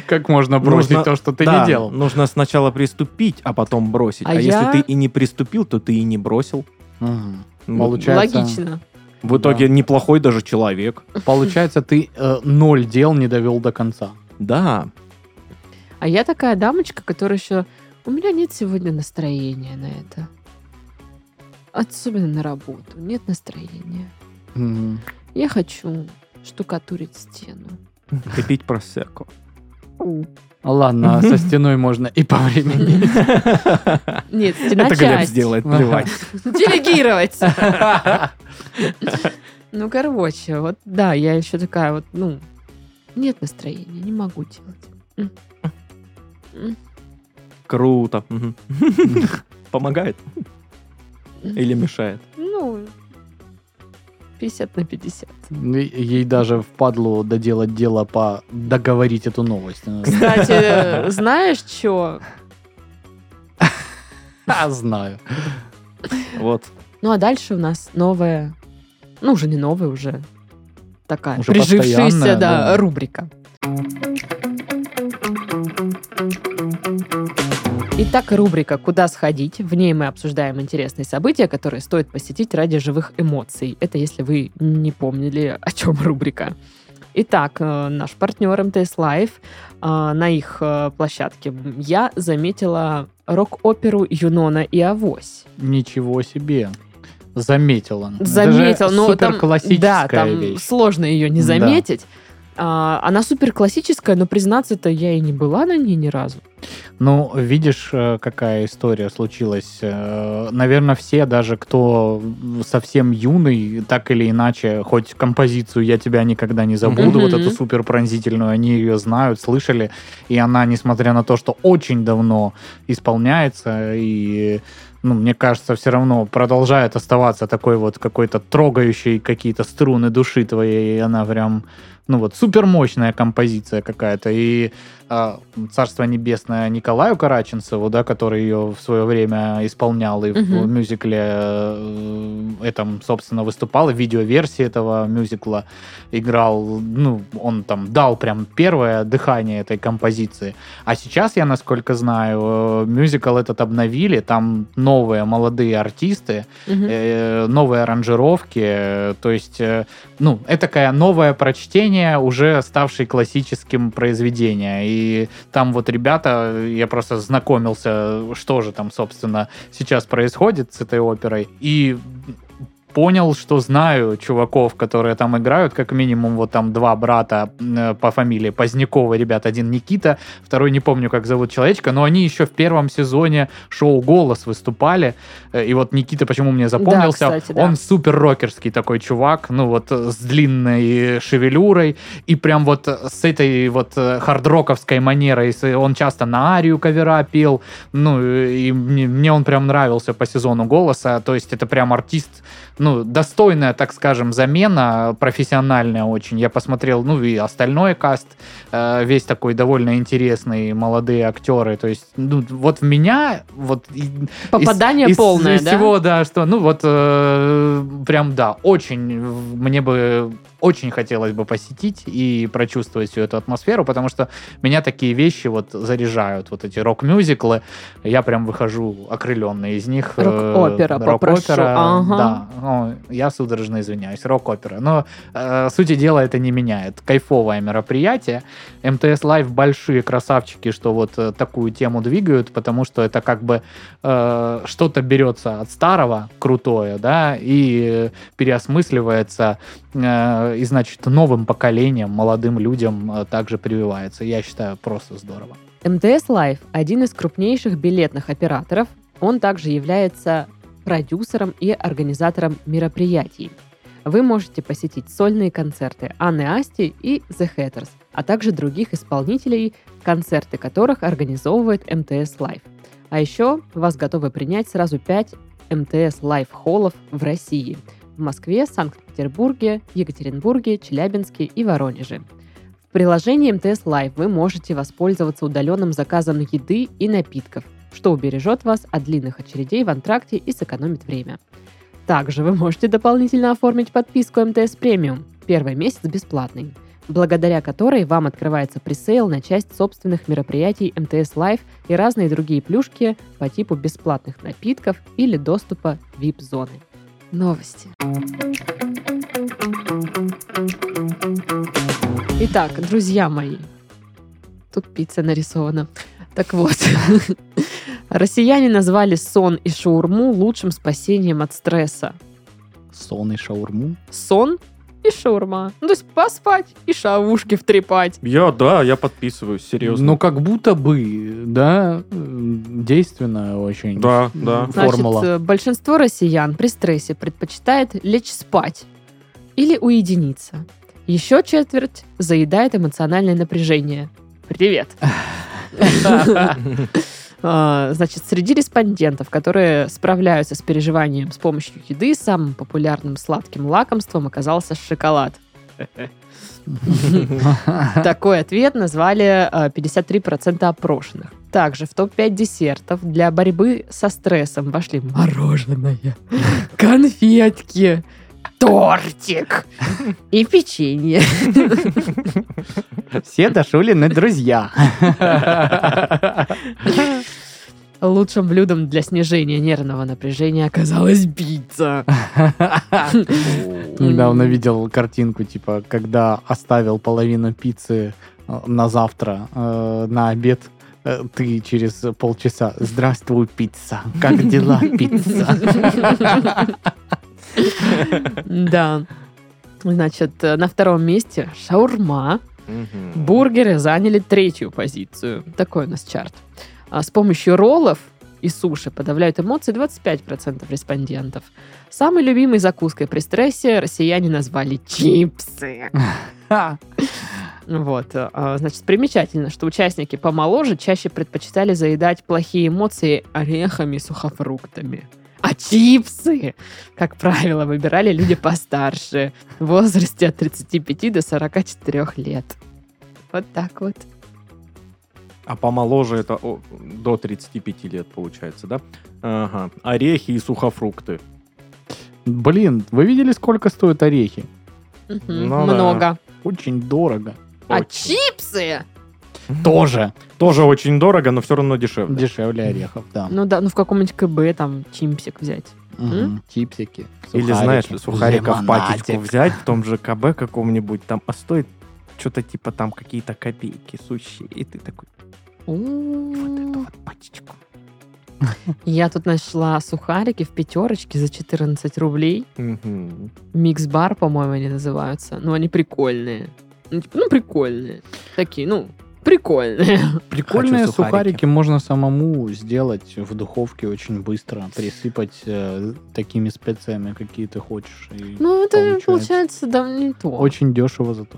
Как можно бросить Нужно- то, что ты Да, не делал? Нужно сначала приступить, а потом бросить. А А, если я- ты и не приступил, то ты и не бросил. Мгм. Ну, Получается- Логично. В итоге неплохой даже [laughs] человек. Получается, ты э, ноль дел не довел до конца. Да. А я такая дамочка, которая еще... У меня нет сегодня настроения на это. Особенно на работу. Нет настроения. Мгм. Я хочу штукатурить стену. Копить просеку. [laughs] Ладно, со стеной можно и по времени. [laughs] Нет, стена Это Глеб часть. сделает, плевать. Делегировать. [laughs] Ну, короче, вот да, я еще такая вот, ну, нет настроения, не могу делать. М. М. Круто. Мгм. [laughs] Помогает? Или мешает? Ну, 50 на 50. Ей даже впадло доделать дело по договорить эту новость. [laughs] Она- Кстати, э, знаешь что? А, знаю. Вот. Ну, а дальше у нас новая, ну, уже не новая уже, такая Уже прижившаяся, постоянная, да, да. рубрика. Итак, рубрика «Куда сходить?». В ней мы обсуждаем интересные события, которые стоит посетить ради живых эмоций. Это если вы не помнили, о чем рубрика. Итак, э, наш партнер МТС Лайф, на их э, площадке я заметила рок-оперу «Юнона и Авось». Ничего себе. Заметила. Заметил, но ну, там, да, классическая там сложно ее не Да. заметить. А, она супер классическая, но признаться-то я и не была на ней ни разу. Ну, видишь, э, какая история случилась. Э, Наверное, все, даже кто совсем юный, так или иначе, хоть композицию «Я тебя никогда не забуду», Мгм. вот эту супер пронзительную, они ее знают, слышали. И она, несмотря на то, что очень давно исполняется, и, ну, мне кажется, все равно продолжает оставаться такой вот какой-то трогающей какие-то струны души твоей, и она прям, ну вот, супер мощная композиция какая-то. И а, Царство Небесное Николаю Караченцеву, да, который ее в свое время исполнял и в Мгм. мюзикле э, этом, собственно, выступал, и в видеоверсии этого мюзикла играл, ну, он там дал прям первое дыхание этой композиции. А сейчас, я насколько знаю, э, мюзикл этот обновили, там новые молодые артисты, э, новые аранжировки, э, то есть, э, ну, этакое новое прочтение уже ставшей классическим произведения. И там вот ребята, э, я просто знакомился, что же там, собственно, сейчас происходит с этой оперой, и понял, что знаю чуваков, которые там играют, как минимум вот там два брата э, по фамилии Позднякова, ребят, один Никита, второй не помню, как зовут человечка, но они еще в первом сезоне шоу «Голос» выступали, Э, и вот Никита почему мне запомнился, Да, кстати, да. он супер рокерский такой чувак, ну вот э, с длинной шевелюрой, и прям вот э, с этой вот э, хардроковской манерой, с- он часто на арию кавера пел, ну и мне, мне он прям нравился по сезону «Голоса», то есть это прям артист ну, достойная, так скажем, замена, профессиональная очень. Я посмотрел, ну, и остальной каст, э, весь такой довольно интересный, молодые актеры. То есть, ну, вот в меня, вот... и- Попадание из- из- полное, из да? всего, да, что, ну, вот, э, прям, да, очень в- мне бы очень хотелось бы посетить и прочувствовать всю эту атмосферу, потому что меня такие вещи вот заряжают, вот эти рок-мюзиклы. Я прям выхожу окрыленный из них. Э, Рок-опера попрошу, ага. да. Ну, я судорожно извиняюсь, рок-опера. Но э, сути дела это не меняет. Кайфовое мероприятие. МТС Лайв большие красавчики, что вот э, такую тему двигают, потому что это как бы э, что-то берется от старого, крутое, да, и э, переосмысливается э, и, значит, новым поколением, молодым людям э, также прививается. Я считаю, просто здорово. МТС Лайф – один из крупнейших билетных операторов. Он также является продюсером и организатором мероприятий. Вы можете посетить сольные концерты Анны Асти и The Hatters, а также других исполнителей, концерты которых организовывает МТС Лайф. А еще вас готовы принять сразу 5 МТС Лайф холлов в России – в Москве, Санкт-Петербурге, Екатеринбурге, Челябинске и Воронеже. В приложении МТС Лайв вы можете воспользоваться удаленным заказом еды и напитков, что убережет вас от длинных очередей в антракте и сэкономит время. Также вы можете дополнительно оформить подписку МТС Премиум, первый месяц бесплатный, благодаря которой вам открывается пресейл на часть собственных мероприятий МТС Лайв и разные другие плюшки по типу бесплатных напитков или доступа VIP-зоны. Новости. Итак, друзья мои, тут пицца нарисована. Так вот, [laughs] россияне назвали сон и шаурму лучшим спасением от стресса. Сон и шаурму. Сон и шаурма. Ну, то есть поспать и шавушки втрепать. Я, да, я подписываюсь, серьезно. Ну, как будто бы, да, м, действенная очень Да, да. формула. Значит, э, большинство россиян при стрессе предпочитает лечь спать или уединиться. Еще четверть заедает эмоциональное напряжение. Привет. А, Значит, среди респондентов, которые справляются с переживанием с помощью еды, самым популярным сладким лакомством оказался шоколад. Такой ответ назвали э, 53% опрошенных. Также в топ-5 десертов для борьбы со стрессом вошли мороженое, [laughs] конфетки, тортик и печенье. Все Дашулины [laughs] друзья. Лучшим блюдом для снижения нервного напряжения оказалась пицца. Недавно видел картинку, типа, когда оставил половину пиццы э, на завтра, э, на обед, э, ты через полчаса «Здравствуй, пицца! Как дела, пицца?» Да. Значит, э, на втором месте шаурма. Мгм. Бургеры заняли третью позицию. Такой у нас чарт. А с помощью роллов и суши подавляют эмоции 25% респондентов. Самой любимой закуской при стрессе россияне назвали чипсы. А, Вот. а, Значит, примечательно, что участники помоложе чаще предпочитали заедать плохие эмоции орехами и сухофруктами. А чипсы, как правило, выбирали люди постарше, в возрасте от 35 до 44 лет. Вот так вот. А помоложе это о, до 35 лет получается, да? Ага. Орехи и сухофрукты. Блин, вы видели, сколько стоят орехи? Мгм, Ну да. Много. Очень дорого. А Очень. чипсы? Тоже Тоже очень дорого, но все равно дешевле. дешевле орехов, да. Ну да, ну в каком-нибудь КБ там чимпсик взять. Мгм. Чипсики, Или, знаешь, сухариков Лимонадик. пачечку взять в том же КБ каком-нибудь там, а стоит что-то типа там какие-то копейки сущие. И ты такой, вот эту М, вот пачечку. [laughs] Я тут нашла сухарики в пятерочке за 14 рублей. Мгм. Микс-бар, по-моему, они называются. Ну, они прикольные. Ну, типа, ну, прикольные. Такие, ну, прикольные. [laughs] Прикольные Хочу сухарики. сухарики. можно самому сделать в духовке очень быстро, присыпать э, такими специями, какие ты хочешь. и Ну, это Получается. получается, да, не то. Очень дешево зато.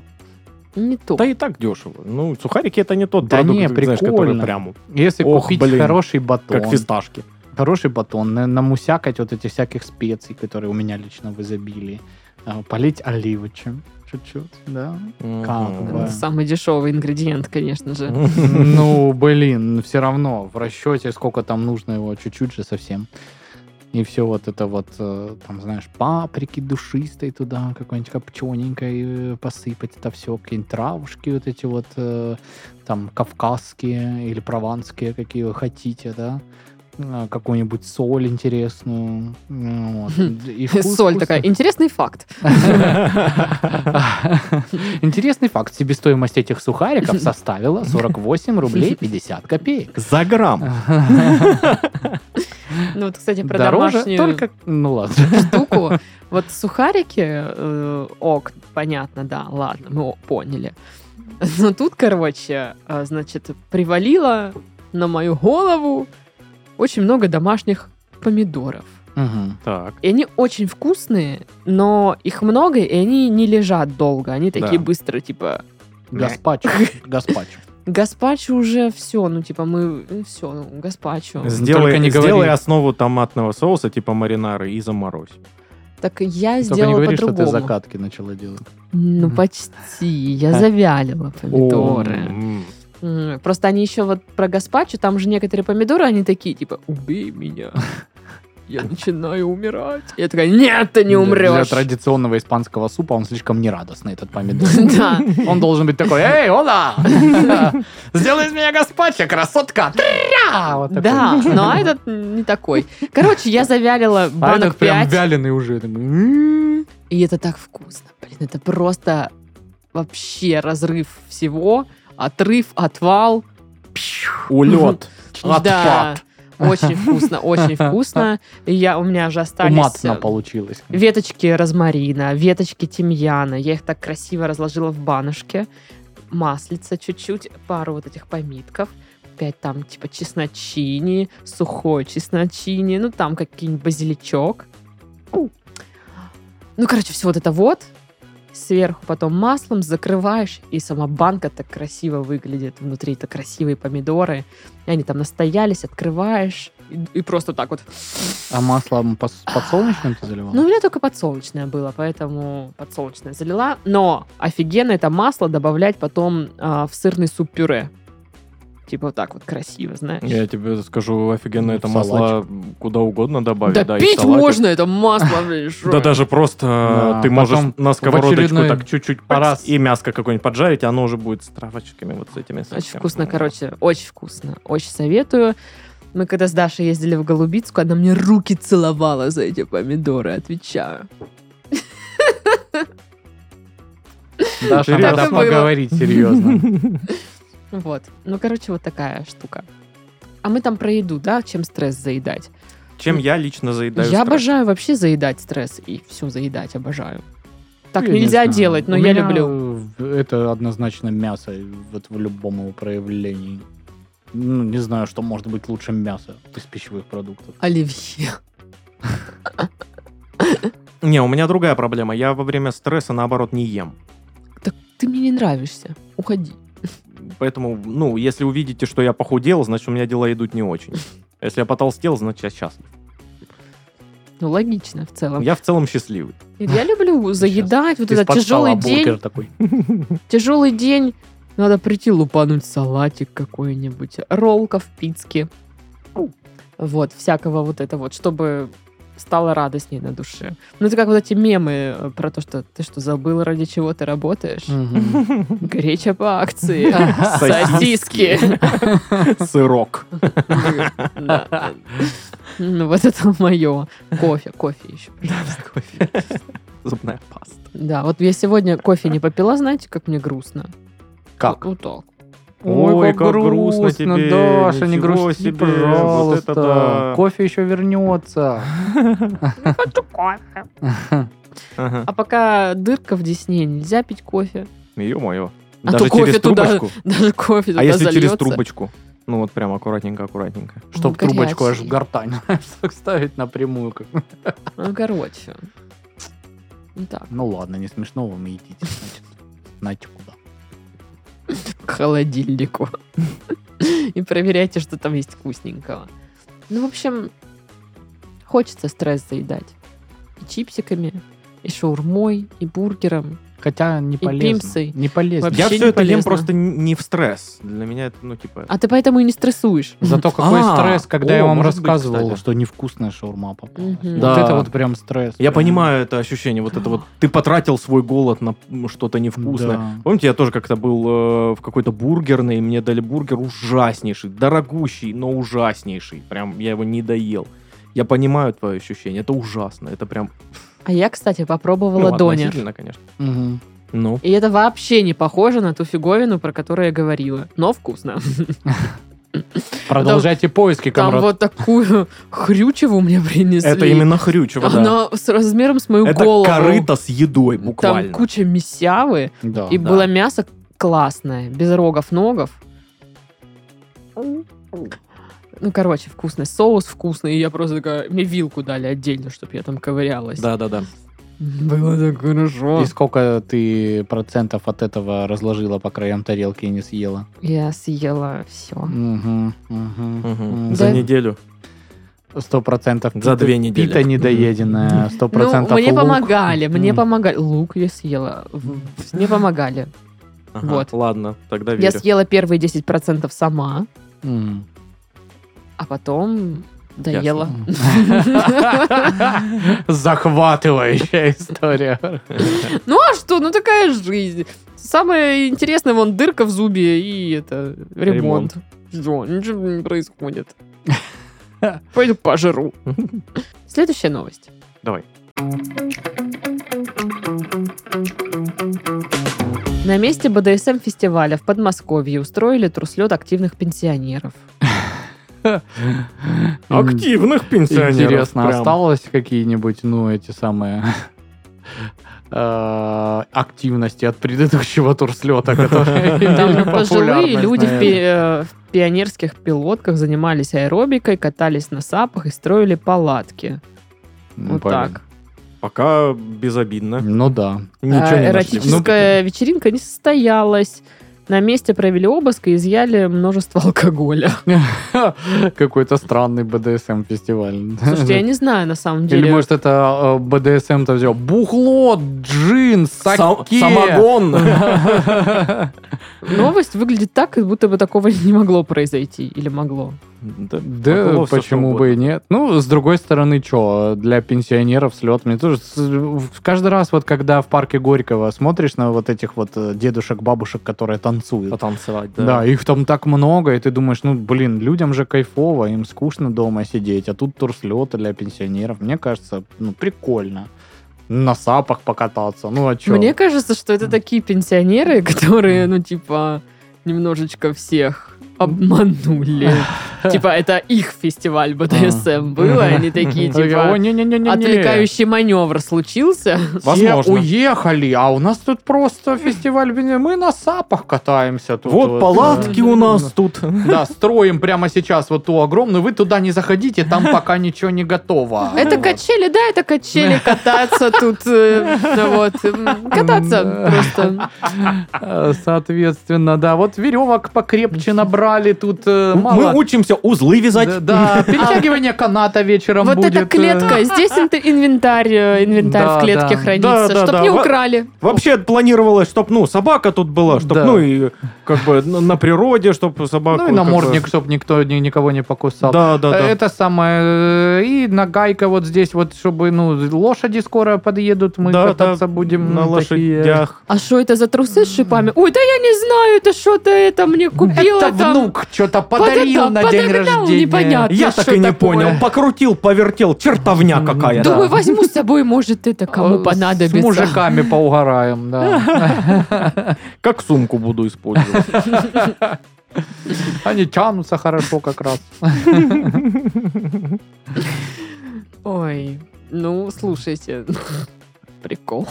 Не то. Да и так дешево. Ну, сухарики это не тот Да продукт, не, знаешь, который прикольно. прям Если Ох, купить блин. хороший батон, как фисташки. хороший батон, на- намусякать вот этих всяких специй, которые у меня лично в изобилии, э, полить оливочем чуть-чуть, да. Мгм. Это да. самый дешевый ингредиент, конечно же. [laughs] Ну, блин, все равно в расчете сколько там нужно его чуть-чуть же совсем. И все вот это вот, э, там, знаешь, паприки душистой туда, какой-нибудь копчененькой э, посыпать это все, какие-нибудь травушки вот эти вот, э, там, кавказские или прованские, какие вы хотите, да, Э, какую-нибудь соль интересную. Ну, вот. И вкус [laughs] Соль вкусно. такая. Интересный факт. [laughs] Интересный факт. Себестоимость этих сухариков составила 48 рублей 50 копеек. За грамм. Ну, вот, кстати, про Дороже домашнюю только... Ну ладно. штуку. Вот сухарики, э, ок, понятно, да, ладно, мы о- поняли. Но тут, короче, э, значит, привалило на мою голову очень много домашних помидоров. Мгм. Так. И они очень вкусные, но их много, и они не лежат долго. Они такие Да. быстро, типа, Гаспачо. [laughs] Гаспачо. гаспачо уже все, ну, типа, мы все, ну, гаспачо. Сделай, Только не сделай говори. основу томатного соуса типа маринары и заморозь. Так я Только не сделала говори, что ты по-другому. закатки начала делать. Ну, Мгм. почти. Я завялила помидоры. М. М, Просто они еще вот про гаспачо, там же некоторые помидоры, они такие, типа, убей меня. [laughs] Я начинаю умирать. Я такая, нет, ты не Для- Для умрешь. традиционного испанского супа он слишком нерадостный, этот помидор. [laughs] [laughs] Да. Он должен быть такой, эй, ола! [laughs] Сделай из меня гаспачо, красотка! Тря! Вот такой. Да, но а этот не такой. Короче, я завялила А банок этот прям 5. вяленый уже. такой, «М-м-м». И это так вкусно. Блин, это просто вообще разрыв всего. Отрыв, отвал. Пью. Улет. Да. Отпад. Очень вкусно, [laughs] очень вкусно. И Я, у меня же остались Уматно э, получилось. веточки розмарина, веточки тимьяна. Я их так красиво разложила в баночке. Маслица чуть-чуть, пару вот этих помитков. Опять там типа чесночини, сухой чесночини, ну там какие-нибудь базиличок. Ну, короче, все вот это вот. Сверху потом маслом закрываешь, и сама банка так красиво выглядит. Внутри это красивые помидоры. И они там настоялись, открываешь, и, и просто так вот А маслом пос- подсолнечным А. ты заливал? ну, у меня только подсолнечное было, поэтому подсолнечное залила. Но офигенно это масло добавлять потом а, в сырный суп-пюре. Типа вот так вот красиво, знаешь. Я тебе скажу, офигенно Ну, это в масло куда угодно добавить. да, да, и в пить салатик. можно это масло, [laughs] блин, шо? Да даже просто э, Да, ты можешь потом на сковородочку очередной так чуть-чуть раз. раз и мяско какое-нибудь поджарить, оно уже будет с травочками вот с этими. со Очень всем. вкусно, короче, очень вкусно. Очень советую. Мы когда с Дашей ездили в Голубицку, она мне руки целовала за эти помидоры, отвечаю. Даша, Серьезно? надо Так и было. поговорить [laughs] серьезно. Вот. Ну, короче, вот такая штука. А мы там про еду, да? Чем стресс заедать? Чем я лично заедаю я стресс. обожаю вообще заедать стресс и все заедать обожаю. Так Ну, Я не нельзя знаю. делать, но У я меня, люблю. э, Это однозначно мясо э, вот в любом его проявлении. Ну, не знаю, что может быть лучше мяса из пищевых продуктов. Оливье. Не, у меня другая проблема. Я во время стресса, наоборот, не ем. Ты мне не нравишься. Уходи. Поэтому, ну, если увидите, что я похудел, значит, у меня дела идут не очень. А Если я потолстел, значит, я счастлив. Ну, логично в целом. Я в [laughs] целом счастливый. Нет, я люблю заедать. Вот этот Из-под тяжелый стола бургер день. [laughs] такой. Тяжелый день. Надо прийти лупануть салатик какой-нибудь. Ролка в пицке. Вот, всякого вот это вот, чтобы стало радостней на душе. Ну, это как вот эти мемы э, про то, что ты что, забыл, ради чего ты работаешь? [laughs] Греча по [laughs] акции. Сосиски. Сырок. [laughs] Да. Ну, вот это мое. Кофе, кофе еще. Зубная паста. Да, вот я сегодня кофе не попила, знаете, как мне грустно? Как? Вот так. Ой, как грустно тебе, Даша, не ничего грусти, себе, вот это пожалуйста. да. Кофе еще вернется. Ага. А пока дырка в десне, нельзя пить кофе. [laughs] Ё-моё. А Даже то кофе через туда- трубочку. Даже кофе туда А если через зальется. трубочку? Ну вот прям аккуратненько, аккуратненько. Чтоб трубочку аж в горячий. гортань [laughs] ставить напрямую. как- [laughs] Ну, короче. Ну, Так, Ну ладно, не смешно вам и идите. значит. Знаете куда. к холодильнику. [laughs] И проверяйте, что там есть вкусненького. Ну, в общем, хочется стресс заедать. И чипсиками, и шаурмой, и бургером. Хотя не И полезно. пимсы. Не полезно. Вообще Я не все это ем полезно. просто н- не в стресс. Для меня это, ну, типа... А ты поэтому и не стрессуешь. Зато какой А, стресс, когда о, я вам может быть, рассказывал, кстати. что невкусная шаурма попалась. Мгм. Вот Да. это вот прям стресс. А Я Прям. понимаю это ощущение, вот это вот. Ты потратил свой голод на м, что-то невкусное. Да. Помните, я тоже как-то был э, в какой-то бургерной, и мне дали бургер ужаснейший, дорогущий, но ужаснейший. Прям я его не доел. Я понимаю твое ощущение, это ужасно, это прям... А я, кстати, ну, попробовала донер. относительно, конечно. Мгм. Ну, И это вообще не похоже на ту фиговину, про которую я говорила. Но вкусно. Продолжайте поиски, Там Камрад. вот такую хрючеву мне принесли. это именно хрючево, да. Она с размером с мою Это голову. корыто с едой буквально. Там куча месявы. Да. И да. было мясо классное, без рогов, ногов. Ну, короче, вкусный соус, вкусный. И я просто такая... Мне вилку дали отдельно, чтобы я там ковырялась. Да-да-да. Было так хорошо. И сколько ты процентов от этого разложила по краям тарелки и не съела? Я съела все. Мгм, мгм, Мгм. мгм. За Да. неделю. Сто процентов. За две недели. Пита недоеденная, сто Ну, процентов мне лук. помогали, мне М. помогали. Лук я съела. В- в- Мне помогали. Ага, Вот. Ладно, тогда Я верю. съела первые 10% сама, М. а потом доела. [laughs] Захватывающая история. Ну а что? Ну такая жизнь. Самое интересное, вон дырка в зубе и это ремонт. Ремонт. Всё, ничего не происходит. [laughs] Пойду [laughs] пожру. Следующая новость. Давай. На месте БДСМ-фестиваля в Подмосковье устроили труслет активных пенсионеров. Активных пенсионеров. а Интересно, прям. осталось какие-нибудь, ну, эти самые [laughs] э, активности от предыдущего турслета, которые имели [laughs] Там пожилые популярность, люди в, пи- наверное. э, в пионерских пилотках занимались аэробикой, катались на сапах и строили палатки. Ну, вот блин. так. Пока безобидно. Ну да. Ничего А, не нашли. Ну, эротическая вечеринка не состоялась. На месте провели обыск и изъяли множество [laughs] алкоголя. Какой-то странный БДСМ-фестиваль. Слушайте, я не знаю на самом [laughs] Или, деле. может, это э, БДСМ-то взял? Бухло, джин, Сам- саке. [laughs] Самогон. Новость выглядит так, как будто бы такого не могло произойти. Или могло. Да, Да, могло всё почему что бы и нет. Ну, с другой стороны, что, для пенсионеров слет. Мне тоже с- в- каждый раз, вот когда в парке Горького смотришь на вот этих вот э, дедушек, бабушек, которые угодно. танцуют. Потанцевать, Да. да. их там так много, и ты думаешь, ну, блин, людям же кайфово, им скучно дома сидеть, а тут турслеты для пенсионеров. Мне кажется, ну, прикольно. На сапах покататься, ну, а что? Мне кажется, что это такие пенсионеры, [laughs] которые, ну, типа, немножечко всех обманули. Типа, это их фестиваль БДСМ был, и они [laughs] такие, О, типа, А не-не-не-не-не. отвлекающий маневр случился. Все Возможно. уехали, а у нас тут просто фестиваль, блин, мы на сапах катаемся. Тут Вот палатки у нас тут. Да, строим прямо сейчас вот ту огромную, вы туда не заходите, [laughs] там пока ничего не готово. Это А, Вот. качели, да, это качели, кататься тут, э, ну вот, м, кататься Да. просто. Э, Соответственно, да, вот веревок покрепче набрали тут э, Мы мало. учимся узлы Да, вязать. [laughs] да, перетягивание каната вечером Вот будет. э, эта клетка, здесь инт- инвентарь, э, инвентарь Да, в клетке да. Да, хранится, да, чтоб да. не Во- украли. Вообще планировалось, чтоб, ну, собака тут была, чтоб, Да. ну, и как бы на на природе, чтоб э, собаку... Ну и как бы- намордник, чтобы никто ни- никого не покусал. Да, да, Э, да. Это самое. э, И нагайка вот здесь вот, чтобы, ну, лошади скоро подъедут, мы Да, да, кататься будем. на ну, такие. лошадях. А что это за трусы с шипами? Ой, да я не знаю, это что-то это мне купила Это там. внук что-то Вот это подарил на день подогнал, рождения. непонятно. Я что так и не такое. понял. Покрутил, повертел, чертовня какая. Думаю, Да. возьму с собой, может, это Э, кому С понадобится. мужиками [laughs] поугараем, да. Как сумку буду [laughs] использовать. Они тянутся хорошо как раз. Ой, ну, слушайте, [laughs] прикол.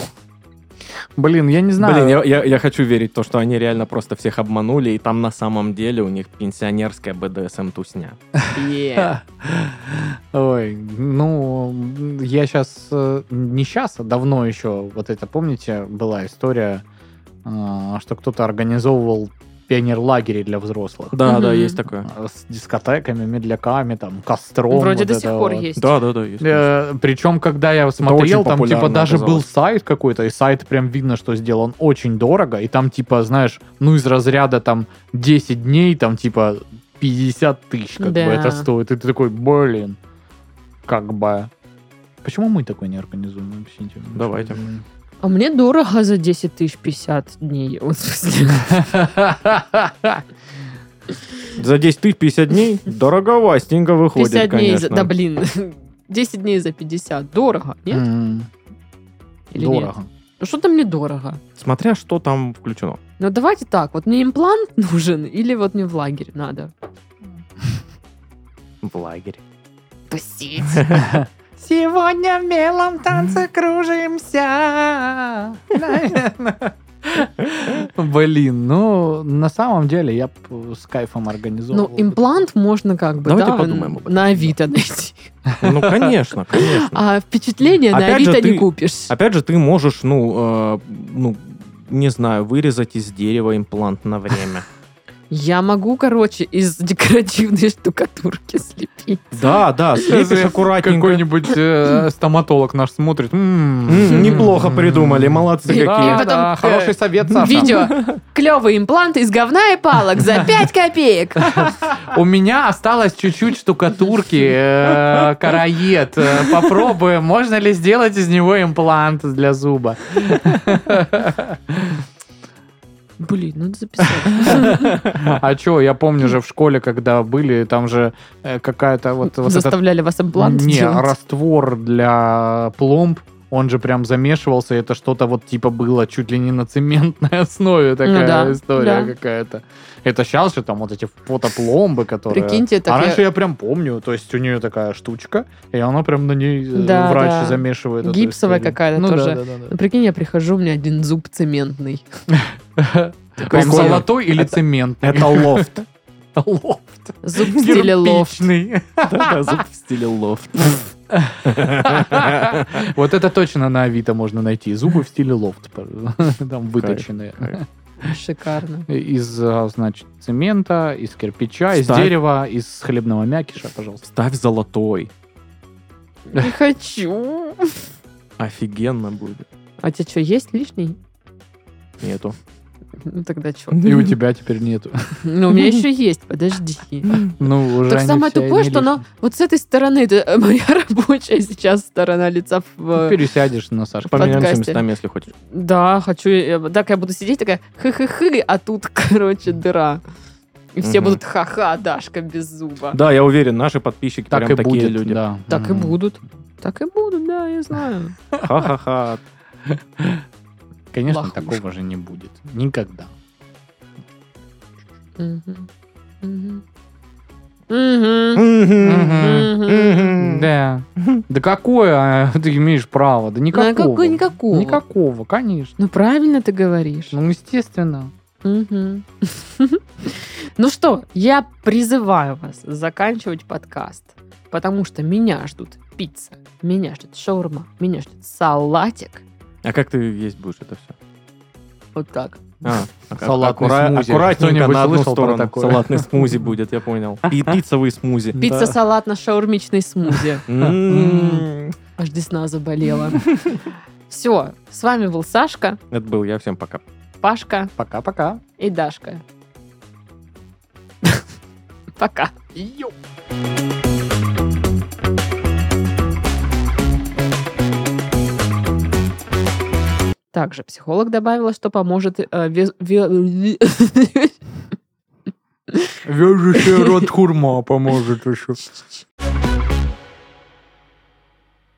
Блин, я не знаю. Блин, я, я- я хочу верить в то, что они реально просто всех обманули, и там на самом деле у них пенсионерская БДСМ-тусня. Е. Ой, ну, я сейчас, не сейчас, а давно еще, вот это, помните, была история, э, что кто-то организовывал пионерлагере для взрослых. Да, Мгм. да, есть такое. Э, С дискотеками, медляками, там, костром. Вроде вот до это сих пор вот. есть. Да, да, да, есть. Э, Причем, когда я смотрел, очень там типа популярно даже был оказалось. сайт какой-то, и сайт прям видно, что сделан очень дорого, и там типа, знаешь, ну из разряда там 10 дней, там типа 50 тысяч как Да. бы это стоит. И ты такой, блин, как бы... Почему мы такой не организуем? Объясните. Давайте. А мне дорого за 10 тысяч 50 дней. Вот, [laughs] в смысле. За 10 тысяч 50 дней дороговастенько выходит, 50 дней за... конечно. Да, блин. [laughs] 10 дней за 50. Дорого, нет? М, Или нет? М-м, Дорого. Ну, что-то мне дорого. Смотря что там включено. Ну, давайте так. Вот мне имплант [laughs] нужен или вот мне в лагерь надо? В лагере. Тусить. Сегодня в белом М-м. танце кружимся. [laughs] Блин, ну на самом деле я б с кайфом организовал. Ну, бы. имплант можно как бы, Давайте да, подумаем об этом, на да. Авито найти. Ну, конечно, конечно. А впечатление на Опять же, Авито не ты- купишь. Опять же, ты можешь, ну, э, ну, не знаю, вырезать из дерева имплант на время. Я могу, короче, из [laughs] декоративной штукатурки слепить. Да, да, слепишь Если аккуратненько. Какой-нибудь э, стоматолог наш смотрит. М, «М, Неплохо м, придумали, м». молодцы И какие. потом, э, Да, хороший совет, Саша. Видео. [laughs] Клевый имплант из говна и палок за 5 копеек. У меня осталось чуть-чуть штукатурки, э, караед. Э, Попробуем, можно ли сделать из него имплант для зуба. Блин, надо записать. А чё, я помню же в школе, когда были, там же э, какая-то вот... вот этот- Заставляли вас имплант Не, делать. раствор для пломб, он же прям замешивался, это что-то вот типа было чуть ли не на цементной [laughs] основе такая Ну да, история да. какая-то. Это сейчас же там вот эти фотопломбы, которые... Прикиньте, так а я- раньше я прям помню, то есть у нее такая штучка, и она прям на ней э, Да, врач да. замешивает. эту Гипсовая историю. какая-то Ну да, тоже. да, да, да. Ну, прикинь, я прихожу, у меня один зуб [laughs] цементный. Такой Прикольно. золотой или [laughs] цементный? Это лофт. лов. Зуб в стиле лофт. Кирпичный. Да, зуб в стиле лофт. Вот это точно на Авито можно найти. Зубы в стиле лофт. [laughs] Там выточенные. Шикарно. Из, а, значит, цемента, из кирпича, из Ставь. дерева, из хлебного мякиша, пожалуйста. Ставь золотой. Не хочу. Офигенно будет. А тебе что, есть лишний? Нету. Ну тогда что? И у тебя теперь нету. Ну, у меня еще есть, подожди. [laughs] Ну, уже Так они самое все, тупое, они что оно лишние. вот с этой стороны, это э, моя [laughs] рабочая сейчас сторона лица Э, в... Пересядешь на Сашку. Поменяемся подкасте. местами, если хочешь. Да, хочу... я- Так, я буду сидеть такая хы-хы-хы, а тут, [laughs] короче, дыра. И все Мгм. будут ха-ха, Дашка без зуба. Да, я уверен, наши подписчики Так прям и такие будет, люди. да. Так и Мгм. будут. Так и будут, да, я знаю. Ха-ха-ха. Конечно, Лохушка. такого же не будет. Никогда. Мгм. Мгм. Мгм. Мгм. Мгм. [laughs] Да. Да какое э, [laughs] ты имеешь право? Да Ну, а какой- никакого. Никакого. Никакого, конечно. Ну, правильно ты говоришь. Ну, естественно. Мгм. [laughs] Ну что, я призываю вас заканчивать подкаст, потому что меня ждут пицца, меня ждет шаурма, меня ждет салатик. А как ты есть будешь это все? Вот так. А, Салатный аккура- смузи. Аккуратненько Кто-нибудь на одну слышал про сторону. такое? Салатный смузи будет, я понял. И пиццевые смузи. Пицца, салат на шаурмичной смузи. М-м-м. М, Аж десна заболела. Все, с вами был Сашка, Это был я. Всем пока. Пашка Пока-пока. и Дашка. [laughs] Пока. Также психолог добавила, что поможет э, ве- ве- Вяжущий рот хурма поможет еще.